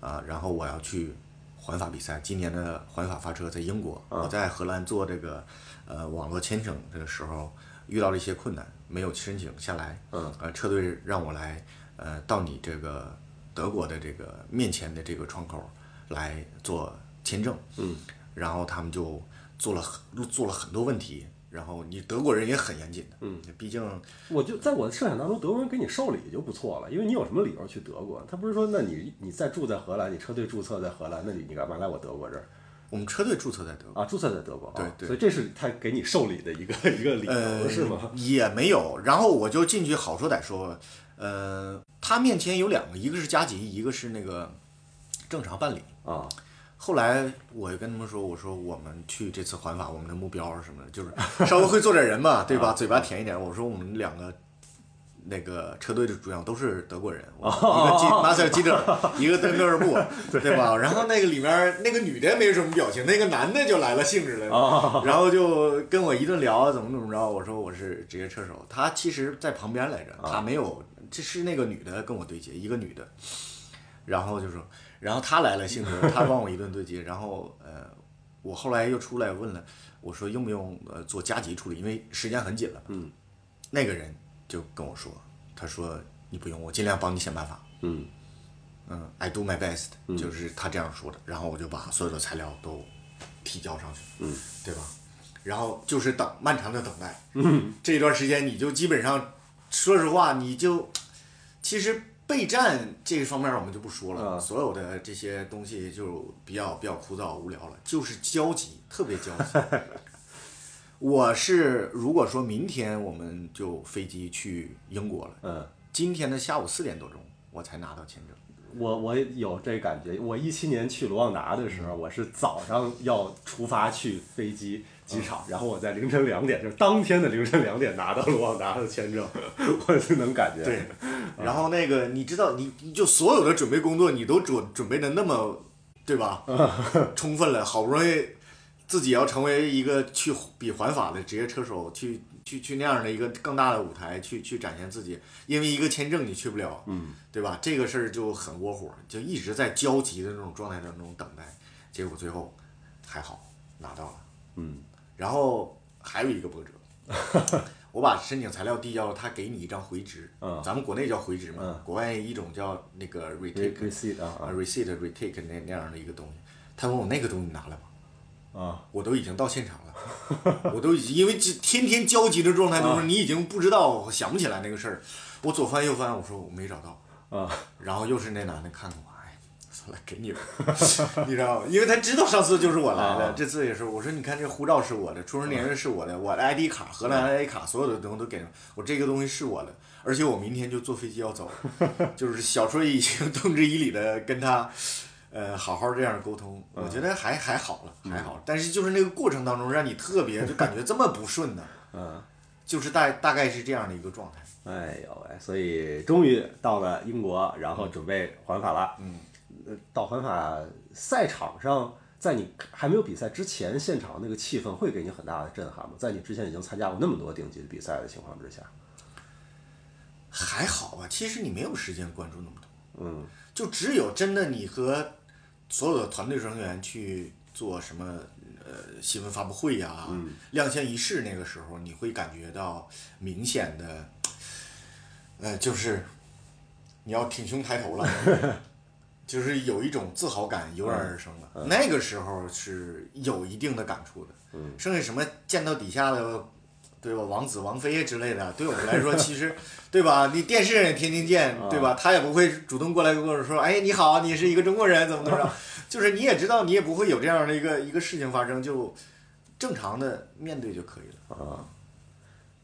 S2: 啊、然后我要去环法比赛，今年的环法发车在英国，
S3: 嗯
S2: 我在荷兰做这个呃网络签证这个时候遇到了一些困难，没有申请下来，
S3: 嗯，
S2: 呃，车队让我来呃到你这个德国的这个面前的这个窗口来做签证，
S3: 嗯，
S2: 然后他们就做了很做了很多问题。然后你德国人也很严谨的，嗯，毕竟
S3: 我就在我的设想当中，德国人给你受理就不错了，因为你有什么理由去德国？他不是说，那你你再住在荷兰，你车队注册在荷兰，那你你干嘛来我德国这儿
S2: 我们车队注册在德国，
S3: 啊？注册在德国啊，
S2: 对对
S3: 所以这是他给你受理的一个一个理由、
S2: 呃，
S3: 是吗？？
S2: 也没有。然后我就进去，好说歹说，呃，他面前有两个，一个是加急，一个是那个正常办理。
S3: 啊，
S2: 后来我跟他们说，我说我们去这次环法，我们的目标是什么的？就是稍微会做点人吧，对吧？嘴巴甜一点。我说我们两个那个车队的主将都是德国人，我一个基马塞尔基德，一个登德尔布，对吧？然后那个里面那个女的没什么表情，那个男的就来了兴致了，然后就跟我一顿聊啊怎么怎么着。我说我是职业车手，他其实在旁边来着，他没有，这是那个女的跟我对接，一个女的。然后就说，然后他来了兴致，他帮我一顿对接，然后呃，我后来又出来问了，我说用不用呃做加急处理，因为时间很紧了。嗯，那个人就跟我说，他说你不用，我尽量帮你想办法。
S3: 嗯
S2: 嗯，I do my best，、就是他这样说的。然后我就把所有的材料都提交上去，嗯，对吧？然后就是等漫长的等待，嗯，这一段时间你就基本上，说实话，你就其实备战这一方面我们就不说了，
S3: 啊
S2: 所有的这些东西就比较比较枯燥无聊了，就是焦急，特别焦急。我是如果说明天我们就飞机去英国了，
S3: 嗯，
S2: 今天的下午四点多钟我才拿到签证。
S3: 我我有这感觉。我一七年去卢旺达的时候，我是早上要出发去飞机机场，然后我在凌晨两点，就是当天的凌晨两点拿到卢旺达的签证， 我就能感觉。
S2: 对，然后那个你知道，你你就所有的准备工作你都准准备的那么，对吧？充分了，好不容易自己要成为一个去比环法的职业车手，去去去那样的一个更大的舞台去去展现自己，因为一个签证你去不了，嗯，对吧？这个事儿就很窝火，就一直在焦急的那种状态当中等待，结果最后还好拿到了，
S3: 嗯，
S2: 然后还有一个波折， 我把申请材料递交了，他给你一张回执，
S3: 嗯
S2: 咱们国内叫回执嘛，
S3: 嗯
S2: 国外一种叫那个
S3: re-
S2: retake
S3: receipt 啊
S2: 啊 receipt retake 那那样的一个东西。他问我那个东西拿了吗？
S3: 啊啊，
S2: 我都已经到现场了，我都已经因为这天天焦急的状态当中，你已经不知道想不起来那个事儿。我左翻右翻，我说我没找到，
S3: 啊，
S2: 然后又是那男的看看我，哎，算了，给你吧，你知道吗？因为他知道上次就是我来的，
S3: 啊
S2: 这次也是。我说你看这护照是我的，出生年月是我的，我的 ID 卡、荷兰 ID 卡，所有的东西都给了我，这个东西是我的。而且我明天就坐飞机要走，就是小说已经动之以理的跟他，呃，好好这样沟通，我觉得还还好了，还好。但是就是那个过程当中，让你特别就感觉这么不顺呢，
S3: 嗯，
S2: 就是大大概是这样的一个状态。
S3: 哎呦喂，所以终于到了英国，然后准备环法了。
S2: 嗯
S3: 呃，到环法赛场上，在你还没有比赛之前，现场那个气氛会给你很大的震撼吗？在你之前已经参加过那么多顶级的比赛的情况之下，
S2: 还好吧，其实你没有时间关注那么多，
S3: 嗯
S2: 就只有真的你和所有的团队成员去做什么呃新闻发布会呀、啊亮相仪式那个时候，你会感觉到明显的，呃，就是你要挺胸抬头了。就是有一种自豪感油然而生了，那个时候是有一定的感触的。剩下什么见到底下的，对吧？王子王妃之类的，对我们来说其实，对吧？你电视上也天天见，对吧？他也不会主动过来跟我说，哎，你好，你是一个中国人，怎么怎么着？就是你也知道，你也不会有这样的一个一个事情发生，就正常的面对就可以了。
S3: 啊，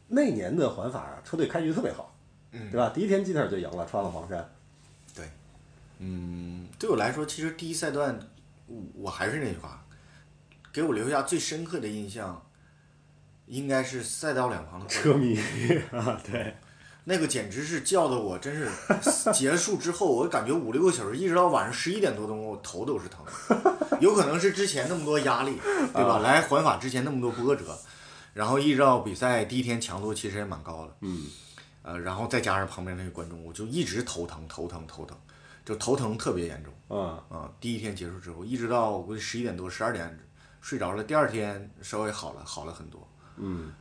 S3: 那年的环法车队开局特别好，
S2: 嗯
S3: 对吧？第一天基特就赢了，穿了黄衫。
S2: 对，嗯，对我来说，其实第一赛段，我我还是那句话，给我留下最深刻的印象，应该是赛道两旁的观众
S3: 车迷啊，对，
S2: 那个简直是叫的我真是结束之后，我感觉五六个小时，一直到晚上十一点多钟，我头都是疼的。有可能是之前那么多压力，对吧？来环法之前那么多波折，然后一直到比赛第一天强度其实也蛮高的，嗯，呃，然后再加上旁边那个观众，我就一直头疼头疼头疼，就头疼特别严重
S3: 啊，
S2: 啊、第一天结束之后，一直到我估计十一点多十二点睡着了，第二天稍微好了好了很多，
S3: 嗯，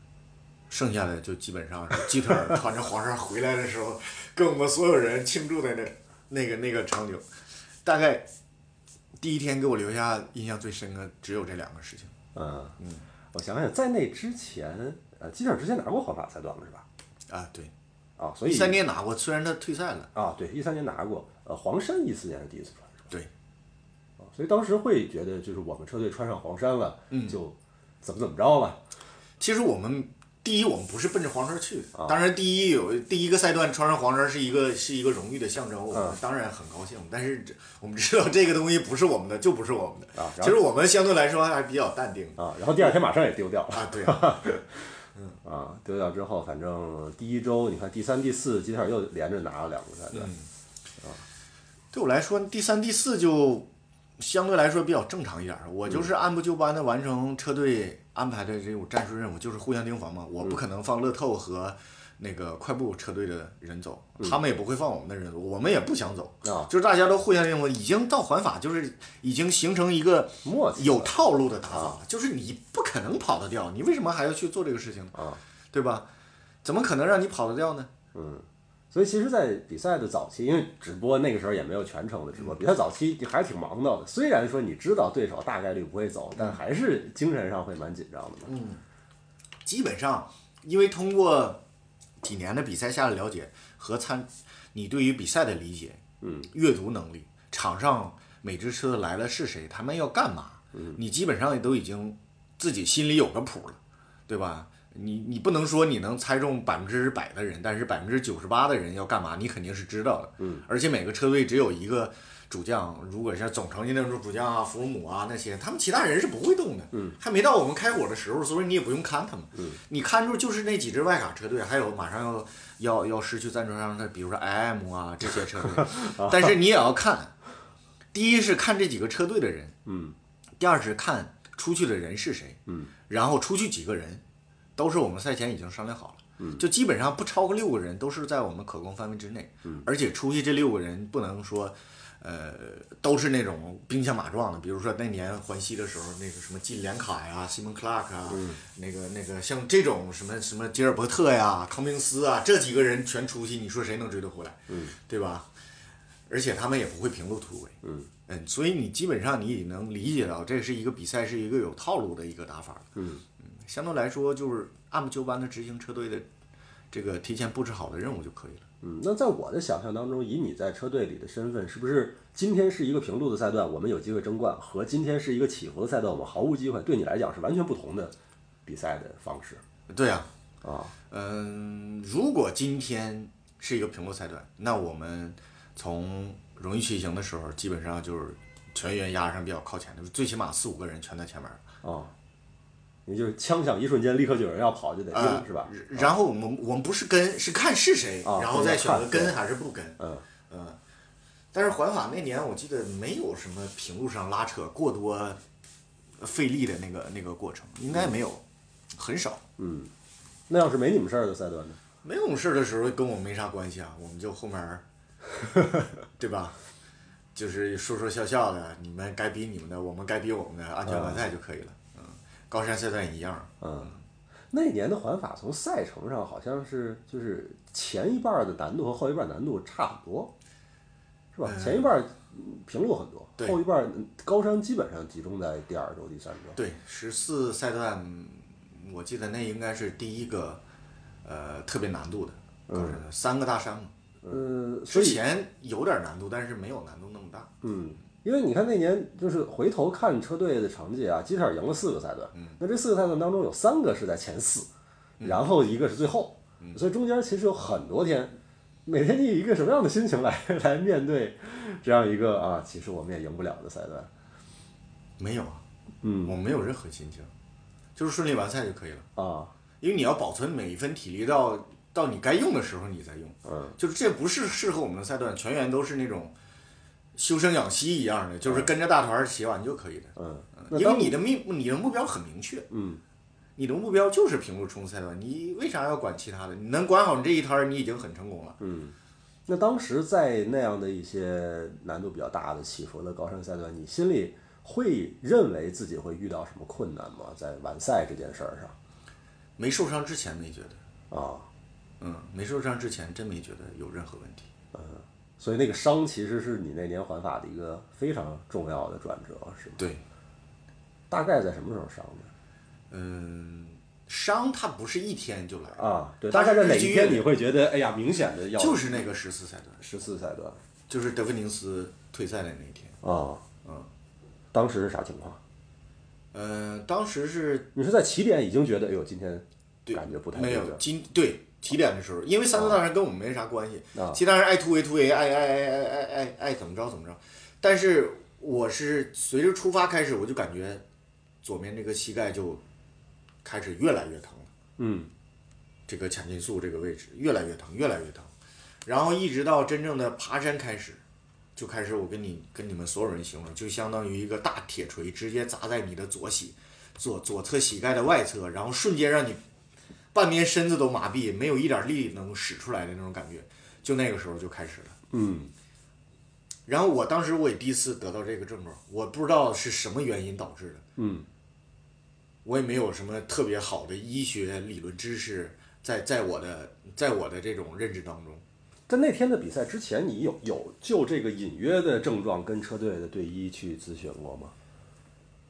S2: 剩下的就基本上是基特尔穿着黄衫回来的时候，跟我们所有人庆祝的那那个那个场景，大概第一天给我留下印象最深刻只有这两个事情。
S3: 嗯，我想想，在那之前，呃，基本上之前拿过环法赛段了是吧？
S2: 啊，对，
S3: 啊，所以
S2: 一三年拿过，虽然他退赛了。
S3: 啊，对，一三年拿过，呃，黄山一四年是第一次穿是吧？
S2: 对，
S3: 啊，所以当时会觉得就是我们车队穿上黄山了，就怎么怎么着了，
S2: 其实我们第一，我们不是奔着黄衫去
S3: 啊
S2: 的。当然，第一有第一个赛段穿上黄衫是一个是一个荣誉的象征，我们
S3: 嗯
S2: 当然很高兴。但是这我们知道这个东西不是我们的， 就不是我们的。
S3: 啊然后
S2: 其实我们相对来说还比较淡定。
S3: 啊，然后第二天马上也丢掉了。
S2: 啊，对啊，
S3: 啊，丢掉之后，反正第一周你看第三、第四，吉塔尔又连着拿了两个赛段，
S2: 对我来说，第三、第四就相对来说比较正常一点儿。我就是按部就班的完成车队安排的这种战术任务，就是互相盯防
S3: 嗯
S2: 嘛。我不可能放乐透和那个快步车队的人走，
S3: 嗯
S2: 他们也不会放我们的人走，我们也不想走。
S3: 啊
S2: 就是大家都互相盯防，已经到环法，就是已经形成一个
S3: 默契
S2: 有套路的打法了，就是你不可能跑得掉，你为什么还要去做这个事情呢？
S3: 啊，
S2: 对吧？怎么可能让你跑得掉呢？
S3: 所以其实，在比赛的早期，因为直播那个时候也没有全程的直播，比赛早期还挺忙的。虽然说你知道对手大概率不会走，但还是精神上会蛮紧张的嘛。
S2: 基本上，因为通过几年的比赛下的了解和参，你对于比赛的理解，嗯，阅读能力，场上每支车来了是谁，他们要干嘛，嗯，你基本上也都已经自己心里有个谱了，对吧？你你不能说你能猜中百分之百的人，但是百分之九十八的人要干嘛，你肯定是知道的，嗯，而且每个车队只有一个。主将，如果像总成绩那种主将啊、弗鲁姆啊那些，他们其他人是不会动的。嗯，还没到我们开火的时候，所以你也不用看他们。嗯，你看住就是那几支外卡车队，还有马上要要要失去赞助商的，比如说 IM 啊这些车 队。但是你也要看，第一是看这几个车队的人，嗯，第二是看出去的人是谁，嗯，然后出去几个人，都是我们赛前已经商量好了。就基本上不超过六个人都是在我们可控范围之内，而且出去这六个人不能说，呃，都是那种兵强马壮的，比如说那年环西的时候，那个什么金连卡呀、西蒙克拉克啊，那个那个像这种什么什么吉尔伯特呀、康宾斯啊，这几个人全出去，你说谁能追得回来？对吧？而且他们也不会平路突围，嗯所以你基本上你也能理解到，这是一个比赛，是一个有套路的一个打法嗯相对来说就是按部就班的执行车队的这个提前布置好的任务就可以了。
S3: 嗯，那在我的想象当中，以你在车队里的身份，是不是今天是一个平路的赛段，我们有机会争冠，和今天是一个起伏的赛段，我们毫无机会，对你来讲是完全不同的比赛的方式
S2: 对啊，
S3: 啊。
S2: 嗯，如果今天是一个平路赛段，那我们从荣誉骑行的时候，基本上就是全员压上比较靠前的，最起码四五个人全在前面。
S3: 哦，也就是枪响一瞬间，立刻就有人要跑，就得
S2: 啊
S3: 用，是吧？
S2: 然然后我们我们不是跟，是看是谁，
S3: 啊
S2: 然后再选择
S3: 对
S2: 跟
S3: 看
S2: 还是不跟。
S3: 嗯
S2: 嗯但是环法那年我记得没有什么平路上拉扯过多费力的那个那个过程，应该没有，很少。
S3: 那要是没你们事儿的赛段呢？
S2: 没有事儿的时候跟我没啥关系啊，我们就后面儿， 对吧？就是说说笑笑的，你们该逼你们的，我们该逼我们的，安全完赛就可以了。嗯，高山赛段也一样。
S3: 嗯，那年的环法从赛程上好像是就是前一半儿的难度和后一半儿难度差很多，是吧？前一半儿嗯平路很多，
S2: 对
S3: 后一半儿嗯高山基本上集中在第二周、第三周。
S2: 对，十四赛段，我记得那应该是第一个，呃，特别难度的，高山的三个大山嘛。
S3: 呃，嗯所
S2: 嗯之
S3: 以
S2: 前有点难度，但是没有难度那么大。
S3: 嗯，因为你看那年就是回头看车队的成绩啊，基特尔赢了四个赛
S2: 嗯
S3: 段，那这四个赛段当中有
S2: 嗯
S3: 三个是在前四，然后一个是最后，所以中间其实有很多天每天你以一个什么样的心情来 来面对这样一个啊，其实我们也赢不了的赛段？
S2: 没有啊，
S3: 嗯
S2: 我没有任何心情，就是顺利完赛就可以了。
S3: 啊，
S2: 因为你要保存每一分体力到到你该用的时候你再用，
S3: 嗯
S2: 就是这不是适合我们的赛段，全员都是那种修身养息一样的，就是跟着大团儿写完就可以的。
S3: 嗯，那
S2: 因为
S3: 当
S2: 你的目你的目标很明确，
S3: 嗯，
S2: 你的目标就是平路冲刺赛段，你为啥要管其他的？你能管好你这一摊儿，你已经很成功了。
S3: 嗯那当时在那样的一些难度比较大的起伏的高山赛段，你心里会认为自己会遇到什么困难吗？在完赛这件事儿上
S2: 没受伤之前没觉得，
S3: 啊，
S2: 嗯，没受伤之前真没觉得有任何问题。
S3: 所以那个伤其实是你那年环法的一个非常重要的转折，是吗？
S2: 对，
S3: 大概在什么时候伤的
S2: 嗯，伤它不是一天就来的，
S3: 啊？对，
S2: 当
S3: 大
S2: 时
S3: 概在哪
S2: 日积
S3: 一
S2: 月
S3: 天你
S2: 累
S3: 会觉得哎呀，明显的要
S2: 就是那个十四赛段，
S3: 十四赛段
S2: 就是德芬宁斯退赛的那一天。
S3: 啊？
S2: 嗯，
S3: 当时是啥情况？
S2: 嗯，当时是
S3: 你是在起点已经觉得，哎呦，今天
S2: 对
S3: 感觉不太
S2: 没
S3: 对
S2: 有
S3: 劲
S2: 今对起点的时候，因为三座大山跟我们没啥关系，
S3: 啊
S2: 其他人爱突围突围，爱爱爱爱爱爱爱怎么着怎么着，但是我是随着出发开始，我就感觉左面这个膝盖就开始越来越疼了。
S3: 嗯
S2: 这个髂胫束这个位置越来越疼，越来越疼，然后一直到真正的爬山开始，就开始我跟你跟你们所有人形容，就相当于一个大铁锤直接砸在你的左膝左左侧膝盖的外侧，然后瞬间让你半边身子都麻痹，没有一点力能使出来的那种感觉，就那个时候就开始了。
S3: 嗯
S2: 然后我当时我也第一次得到这个症状，我不知道是什么原因导致的，
S3: 嗯
S2: 我也没有什么特别好的医学理论知识在在我的在我的这种认知当中。
S3: 在那天的比赛之前，你有有就这个隐约的症状跟车队的队医去咨询过吗？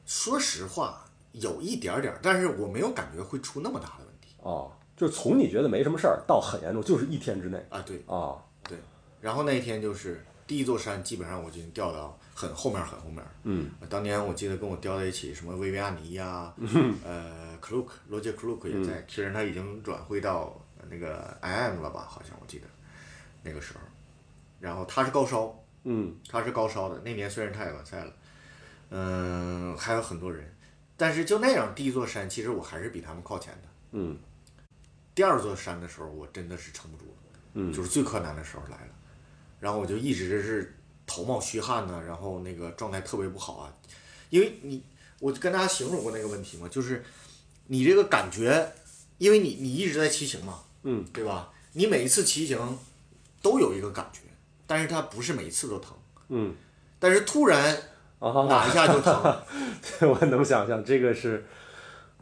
S2: 说实话，有一点点儿，但是我没有感觉会出那么大的问题
S3: 哦，就是从你觉得没什么事儿到很严重，就是一天之内
S2: 啊。对
S3: 啊
S2: 对，然后那一天就是第一座山，基本上我就已经掉到很后面儿很后面。
S3: 嗯，
S2: 当年我记得跟我掉在一起什么维维亚尼呀、啊呃克鲁克罗杰克鲁克也在，虽然他已经转会到那个 IM 了吧，好像我记得那个时候，然后他是高烧，
S3: 嗯
S2: 他是高烧的。那年虽然他也完赛了，嗯，还有很多人，但是就那样第一座山，其实我还是比他们靠前的。
S3: 嗯
S2: 第二座山的时候，我真的是撑不住了，
S3: 嗯
S2: 就是最困难的时候来了。然后我就一直是头冒虚汗呢、然后那个状态特别不好啊，因为你，我就跟大家形容过那个问题嘛，就是你这个感觉，因为你你一直在骑行嘛，
S3: 嗯，
S2: 对吧？你每一次骑行都有一个感觉，但是它不是每一次都疼，
S3: 嗯
S2: 但是突然
S3: 啊，
S2: 哪一下就 疼，
S3: 我能想象这个是，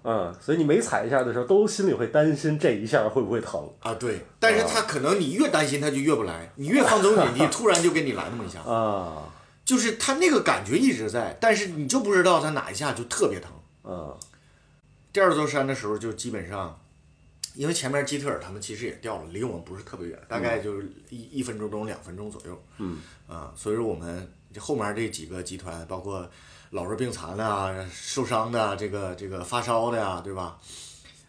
S3: 嗯，所以你每踩一下的时候，都心里会担心这一下会不会疼
S2: 啊，对，但是他可能你越担心他就越不来，你越放松警惕，突然就给你来那么一下，
S3: 啊
S2: 就是他那个感觉一直在，但是你就不知道他哪一下就特别疼。
S3: 嗯
S2: 第二座山的时候就基本上，因为前面基特尔他们其实也掉了，离我们不是特别远，大概就是一一分钟中两分钟左右，
S3: 嗯
S2: 啊，所以说我们这后面这几个集团，包括老弱病残的啊、受伤的啊、这个这个发烧的啊，对吧？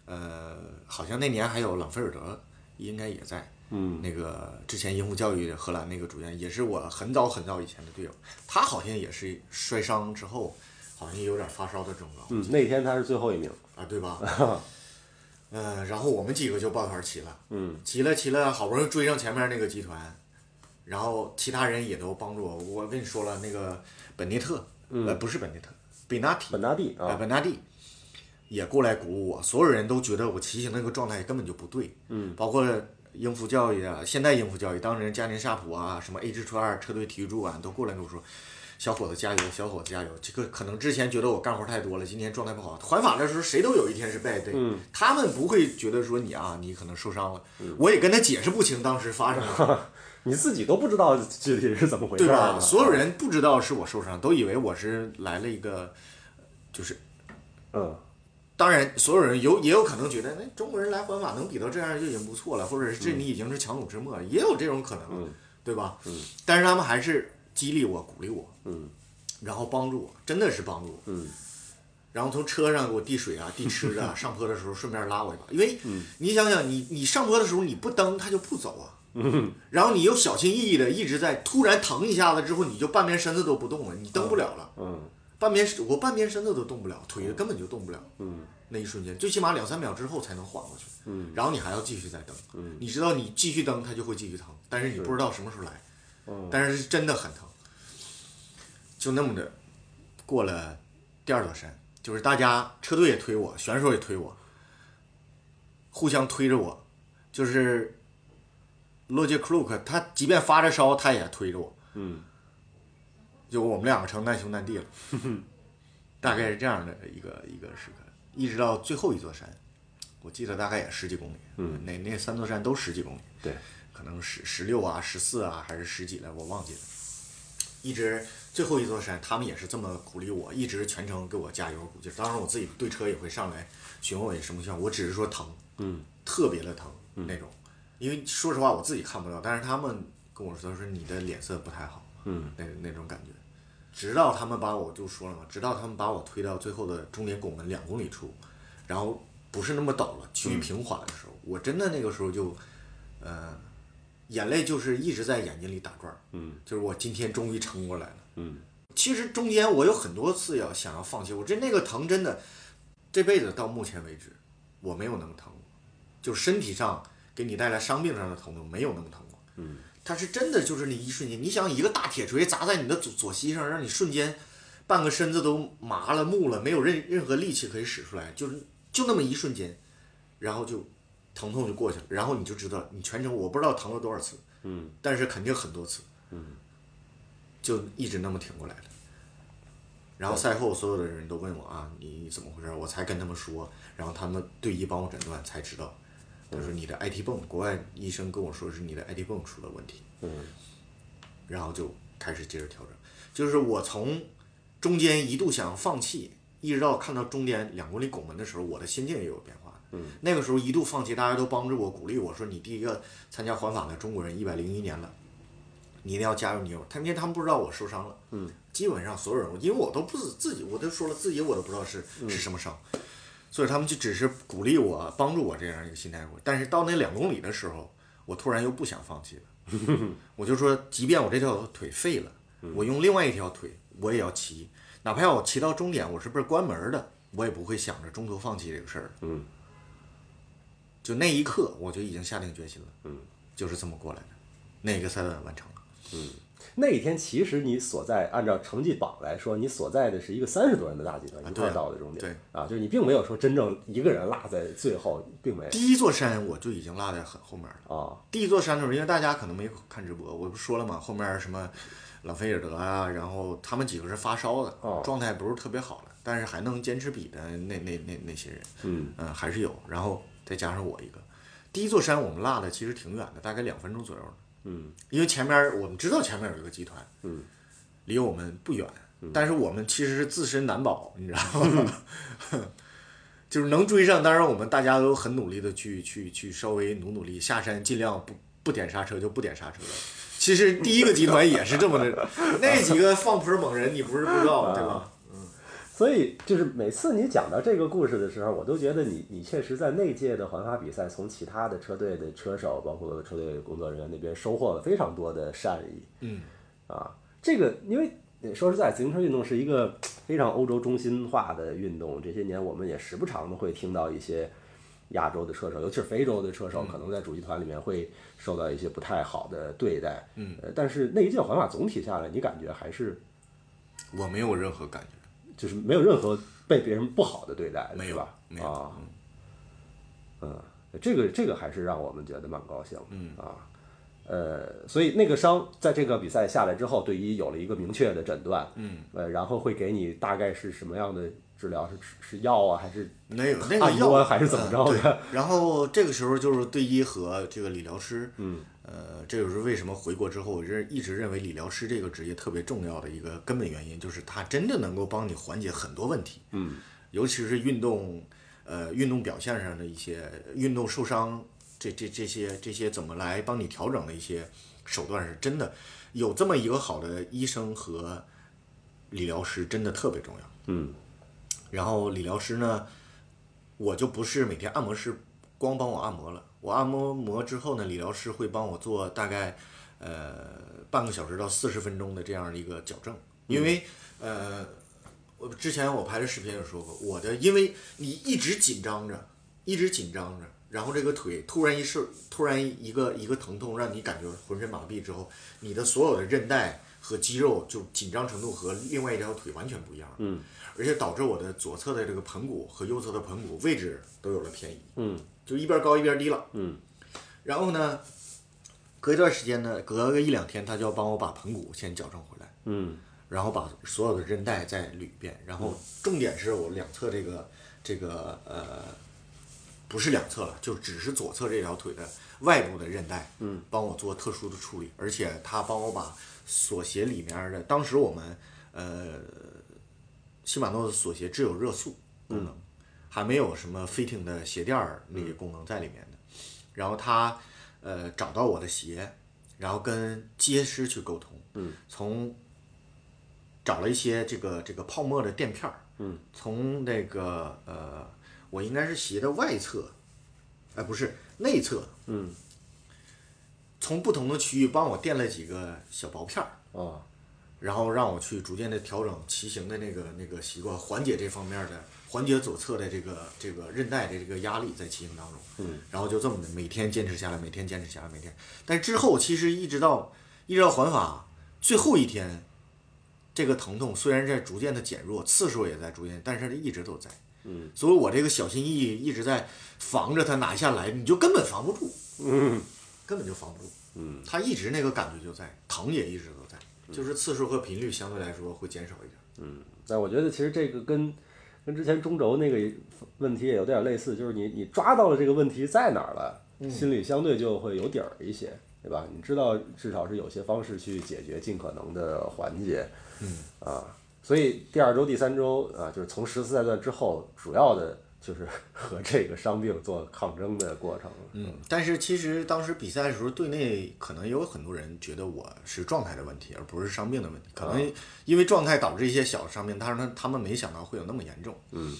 S2: 呃，好像那年还有朗菲尔德应该也在，
S3: 嗯
S2: 那个之前英护教育荷兰那个主教练，也是我很早很早以前的队友，他好像也是摔伤之后，好像也有点发烧的症状、
S3: 嗯，那天他是最后一名，
S2: 啊，对吧？嗯、然后我们几个就抱团骑了，
S3: 嗯
S2: 骑了骑了，好不容易追上前面那个集团，然后其他人也都帮助我。我跟你说了，那个本内特，呃，不是本内特，比纳提
S3: 本，纳蒂
S2: 呃，
S3: 啊，
S2: 本纳蒂也过来鼓舞我。所有人都觉得我骑行那个状态根本就不对，嗯，包括英孚教育啊，现代英孚教育，当年加年夏普啊，什么 A 支川二车队体育主管都过来跟我说。小伙子加油，小伙子加油！这个可能之前觉得我干活太多了，今天状态不好。环法的时候，谁都有一天是 bad day，、他们不会觉得说你啊，你可能受伤了。我也跟他解释不清当时发生了什么，
S3: 你自己都不知道具体是怎么回
S2: 对
S3: 事儿啊
S2: 吧？
S3: 呢
S2: 所有人不知道是我受伤，都以为我是来了一个，就是
S3: 嗯
S2: 当然，所有人有也有可能觉得，那中国人来环法能比到这样就已经不错了，或者是这你已经是强弩之末了，也有这种可能，对吧？嗯。但是他们还是激励我、鼓励我，
S3: 嗯，
S2: 然后帮助我，真的是帮助我。
S3: 嗯。
S2: 然后从车上给我递水 啊、递吃
S3: 嗯
S2: 的啊，上坡的时候顺便拉我一把，因为你想想，你你上坡的时候你不蹬，它就不走啊。
S3: 嗯
S2: 然后你又小心翼翼的一直在，突然疼一下子之后，你就半边身子都不动了，你蹬不了了。
S3: 嗯
S2: 半边我半边身子都动不了，腿根本就动不了。
S3: 嗯，
S2: 那一瞬间，最起码两三秒之后才能缓过去。嗯，然后你还要继续再蹬。嗯，你知道你继续蹬它就会继续疼，但是你不知道什么时候来。
S3: 嗯
S2: 但是是哦真的很疼。就那么着，过了第二座山，就是大家车队也推我，选手也推我，互相推着我，就是 Logic Crook，他即便发着烧，他也推着我。
S3: 嗯，
S2: 就我们两个成难兄难弟了。大概是这样的一个一个时刻，一直到最后一座山，我记得大概也十几公里。嗯，那那三座山都十几公里。
S3: 对，
S2: 可能十十六啊、十四啊，还是十几来，我忘记了。一直最后一座山，他们也是这么鼓励我，一直全程给我加油鼓劲儿。当然，我自己对车也会上来询问我有什么情况，我只是说疼，
S3: 嗯，
S2: 特别的疼、那种。因为说实话，我自己看不到，但是他们跟我说，说你的脸色不太好，
S3: 嗯，
S2: 那那种感觉。直到他们把我就说了嘛，直到他们把我推到最后的终点拱门两公里处，然后不是那么陡了，
S3: 嗯
S2: 趋于平缓的时候，我真的那个时候就，呃，眼泪就是一直在眼睛里打转儿，
S3: 嗯，
S2: 就是我今天终于撑过来了，
S3: 嗯，
S2: 其实中间我有很多次要想要放弃，我这那个疼真的，这辈子到目前为止，我没有那么疼过，就是身体上给你带来伤病上的疼痛没有那么疼过，嗯，它是真的就是那一瞬间，你想一个大铁锤砸在你的左左膝上，让你瞬间半个身子都麻了木了，没有任任何力气可以使出来，就是就那么一瞬间，然后就疼痛就过去了，然后你就知道你全程我不知道疼了多少次，
S3: 嗯，
S2: 但是肯定很多次，嗯，就一直那么挺过来的。然后赛后所有的人都问我啊，你怎么回事？我才跟他们说，然后他们队医帮我诊断才知道，他
S3: 嗯
S2: 说你的 IT 泵，国外医生跟我说是你的 IT 泵出了问题，
S3: 嗯，
S2: 然后就开始接着调整，就是我从中间一度想要放弃，一直到看到终点两公里拱门的时候，我的心境也有变化。嗯，那个时候一度放弃，大家都帮着我鼓励我说：“你第一个参加环法的中国人，一百零一年了，你一定要加油，你有。”他们因为他们不知道我受伤了，嗯，基本上所有人，因为我都不自自己，我都说了自己我都不知道是、是什么伤，所以他们就只是鼓励我、帮助我这样一个心态。但是到那两公里的时候，我突然又不想放弃了。 我就说，即便我这条腿废了，我用另外一条腿，我也要骑，哪怕我骑到终点，我是不是关门的，我也不会想着中途放弃这个事儿。
S3: 嗯，
S2: 就那一刻，我就已经下定决心了。嗯，就是这么过来的，那个赛段完成了。
S3: 那一天其实你所在，按照成绩榜来说，你所在的是一个三十多人的大集团一块
S2: 对
S3: 儿
S2: 啊
S3: 到的终点，
S2: 对
S3: 啊，就是你并没有说真正一个人落在最后，并没
S2: 第一座山我就已经落在很后面了。
S3: 啊，
S2: 第一座山的时候，因为大家可能没看直播，我不说了嘛，后面什么朗菲尔德啊，然后他们几个是发烧的，
S3: 哦
S2: 状态不是特别好了，但是还能坚持比的那那那那些人，
S3: 嗯
S2: 嗯，还是有。然后再加上我一个，第一座山我们落的其实挺远的，大概两分钟左右呢
S3: 嗯
S2: 因为前面儿我们知道前面有一个集团，
S3: 嗯，
S2: 离我们不远，但是我们其实是自身难保，你知道吗？就是能追上，当然我们大家都很努力的去去去稍微努努力，下山尽量不不点刹车就不点刹车了。其实第一个集团也是这么的，那几个放坡猛人你不是不知道对吧？
S3: 所以就是每次你讲到这个故事的时候，我都觉得你你确实在那届的环法比赛，从其他的车队的车手，包括车队工作人员那边收获了非常多的善意。
S2: 嗯，
S3: 啊，这个因为呃说实在，自行车运动是一个非常欧洲中心化的运动，这些年我们也时不常的会听到一些。亚洲的车手，尤其是非洲的车手，可能在主集团里面会受到一些不太好的对待。嗯，呃、但是那一届环法总体下来，你感觉还是
S2: 我没有任何感觉。
S3: 就是没有任何被别人不好的对待，
S2: 没
S3: 是
S2: 有
S3: 吧？
S2: 没有
S3: 啊，嗯，这个这个还是让我们觉得蛮高兴，嗯啊，呃，所以那个伤在这个比赛下来之后，对医有了一个明确的诊断，嗯，呃，然后会给你大概是什么样的治疗？是是药啊，还是
S2: 没有那个
S3: 按
S2: 药
S3: 摩还是怎么着
S2: 嗯
S3: 的？
S2: 对然后这个时候就是对医和这个理疗师，嗯，呃，这就是为什么回国之后，我认一直认为理疗师这个职业特别重要的一个根本原因，就是他真的能够帮你缓解很多问题，嗯，尤其是运动，呃，运动表现上的一些运动受伤，这这这些这些怎么来帮你调整的一些手段，是真的有这么一个好的医生和理疗师，真的特别重要。
S3: 嗯，
S2: 然后理疗师呢，我就不是每天按摩师光帮我按摩了，我按摩膜之后呢，理疗师会帮我做大概呃半个小时到四十分钟的这样一个矫正，因为、呃，我之前我拍的视频也说过，我的因为你一直紧张着，一直紧张着，然后这个腿突然一受，突然一个一个疼痛，让你感觉浑身麻痹之后，你的所有的韧带和肌肉就紧张程度和另外一条腿完全不一样，嗯，而且导致我的左侧的这个盆骨和右侧的盆骨位置都有了偏移，
S3: 嗯，
S2: 就一边高一边低了，嗯，然后呢，隔一段时间呢，隔个一两天，他就要帮我把盆骨先矫正回来，
S3: 嗯
S2: 然后把所有的韧带再捋一遍，然后重点是我两侧这个这个呃，不是两侧了，就只是左侧这条腿的外部的韧带，嗯，帮我做特殊的处理，而且他帮我把锁鞋里面的，当时我们呃，西马诺的锁鞋只有热塑功能，还没有什么 fitting 的鞋垫儿那些功能在里面的，然后他呃找到我的鞋，然后跟街师去沟通，嗯，从找了一些这个这个泡沫的垫片儿，嗯，从那个呃，我应该是鞋的外侧，哎、不是内侧，嗯，从不同的区域帮我垫了几个小薄片儿，
S3: 哦，
S2: 然后让我去逐渐的调整骑行的那个那个习惯，缓解这方面的，缓解左侧的这个这个韧带的这个压力在骑行当中。嗯，然后就这么的每天坚持下来，每天坚持下来，每天。但之后其实一直到一直到环法最后一天，这个疼痛虽然在逐渐的减弱，次数也在逐渐，但是它一直都在。嗯，所以我这个小心翼翼一直在防着它哪一下来，你就根本防不住。嗯，根本就防不住。嗯，它一直那个感觉就在，疼也一直都在。就是次数和频率相对来说会减少一点。
S3: 但我觉得其实这个跟跟之前中轴那个问题也有点类似，就是你你抓到了这个问题在哪儿了，心里相对就会有底儿一些，对吧？你知道至少是有些方式去解决，尽可能的缓解，嗯啊，所以第二周、第三周啊，就是从十四赛段之后，主要的就是 和这个伤病做抗争的过程。
S2: 嗯，但是其实当时比赛的时候，队内可能也有很多人觉得我是状态的问题，而不是伤病的问题。可能因为状态导致一些小伤病，但是他他们没想到会有那么严重。嗯，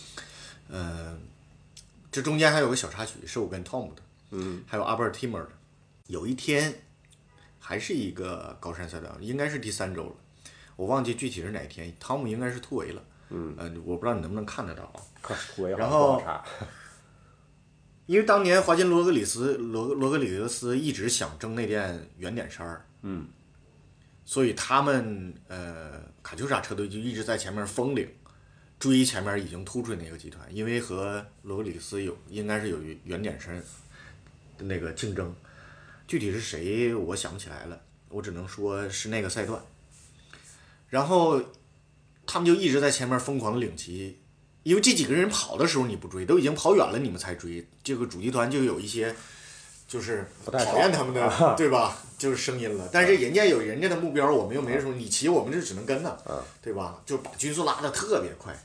S2: 呃，这中间还有个小插曲，是我跟 Tom 的，嗯，还有 Albert Timmer 的。有一天，还是一个高山赛段，应该是第三周了，我忘记具体是哪天。汤姆应该是突围了，嗯，呃，我不知道你能不能看得到啊。
S3: 快我也
S2: 然
S3: 好
S2: 后
S3: 像不好查
S2: 因为当年华金罗格里斯罗罗格里格斯一直想争那件圆点衫儿，嗯，所以他们呃卡秋莎车队就一直在前面封领，追前面已经突出的那个集团，因为和罗格里格斯有应该是有圆点衫的那个竞争，具体是谁我想不起来了，我只能说是那个赛段，然后他们就一直在前面疯狂的领旗，因为这几个人跑的时候你不追，都已经跑远了你们才追，这个主集团就有一些就是
S3: 不太爽啊
S2: 讨厌他们的，对吧？就是声音了。但是人家有人家的目标，我们又
S3: 嗯
S2: 没说你骑，我们就只能跟呢，对吧？就把均速拉的特别快。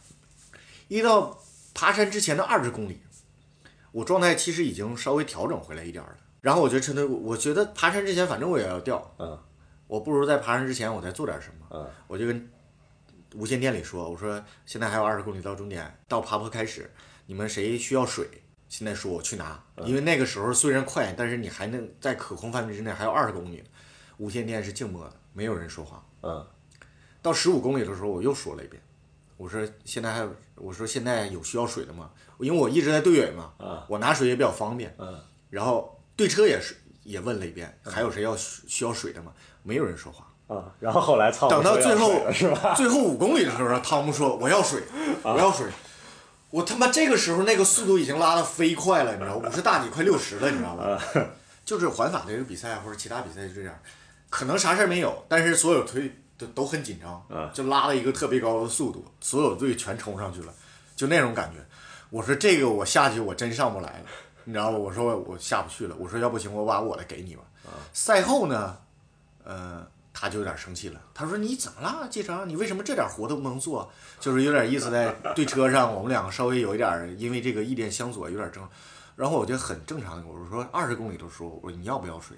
S2: 一到爬山之前的二十公里，我状态其实已经稍微调整回来一点儿了。然后我就趁着，我觉得爬山之前反正我也要掉，
S3: 嗯，
S2: 我不如在爬山之前我再做点什么，
S3: 嗯，
S2: 我就跟无线电里说，我说现在还有二十公里到终点，到爬坡开始，你们谁需要水，现在说我去拿，
S3: 嗯
S2: 因为那个时候虽然快，但是你还能在可控范围之内还有二十公里呢，无线电是静默的，没有人说话，
S3: 嗯
S2: 到十五公里的时候，我又说了一遍，我说现在还有，我说现在有需要水的吗？因为我一直在队尾嘛，我拿水也比较方便。
S3: 嗯
S2: 然后对车也是也问了一遍，还有谁要需需要水的吗？没有人说话。
S3: 啊，然后后来操，
S2: 等到最后
S3: 是吧？啊
S2: 最后五公里的时候，汤姆说：“我要水，我要水。”我他妈这个时候那个速度已经拉得飞快了，你知道，五十大几快六十了，你知道
S3: 啊
S2: 吗？ 就是环法这个比赛或者其他比赛就这样，可能啥事儿没有，但是所有队都都很紧张，
S3: 啊
S2: 就拉了一个特别高的速度，所有队全冲上去了，就那种感觉。我说这个我下去我真上不来了，你知道吗？我说我下不去了，我说要不行我把我的给你吧。
S3: 啊
S2: 赛后呢，呃，他就有点生气了，他说你怎么啦，季成？你为什么这点活都不能做？就是有点意思在对车上，我们两个稍微有一点儿因为这个意见相左，有点争。然后我就很正常的，我说二十公里的时候，我说你要不要水？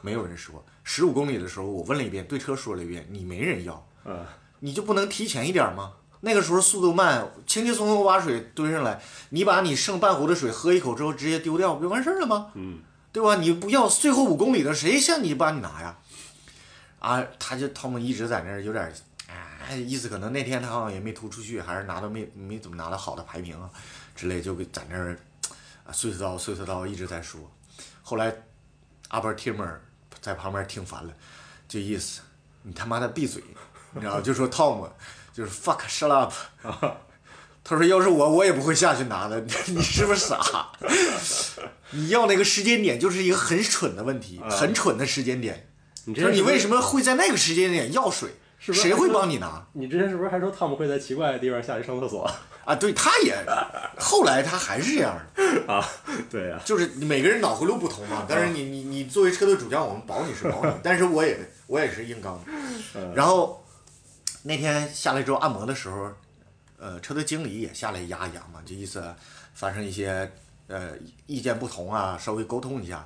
S2: 没有人说。十五公里的时候，我问了一遍，对车说了一遍，你没人要，
S3: 嗯
S2: 你就不能提前一点吗？那个时候速度慢，轻轻松松把水堆上来，你把你剩半壶的水喝一口之后直接丢掉，不就完事儿了吗？嗯，对吧？你不要最后五公里的，谁向你帮你拿呀？啊，他就他们一直在那儿有点，哎，意思可能那天他好像也没突出去，还是拿到没没怎么拿到好的排名啊之类，就在那儿啊碎碎叨碎碎叨一直在说。后来阿伯蒂姆在旁边听烦了，就意思你他妈的闭嘴，你知道就说 Tom 就是 fuck shut up。他说：“要是我，我也不会下去拿的。 你是不是傻？你要那个时间点，就是一个很蠢的问题，很蠢的时间点。
S3: 你
S2: 就是啊你为什么会在那个时间点要水？
S3: 是不是
S2: 谁会帮你拿
S3: 你之前是不是还说汤姆会在奇怪的地方下去上厕所
S2: 啊？对，他也，后来他还是这样的，
S3: 啊？对呀、
S2: 就是每个人脑回路不同嘛。但是你你你作为车队主将，我们保你是保你，但是我也我也是硬刚的。然后那天下来之后按摩的时候，呃，车队经理也下来压一压嘛，就意思发生一些呃意见不同啊，稍微沟通一下。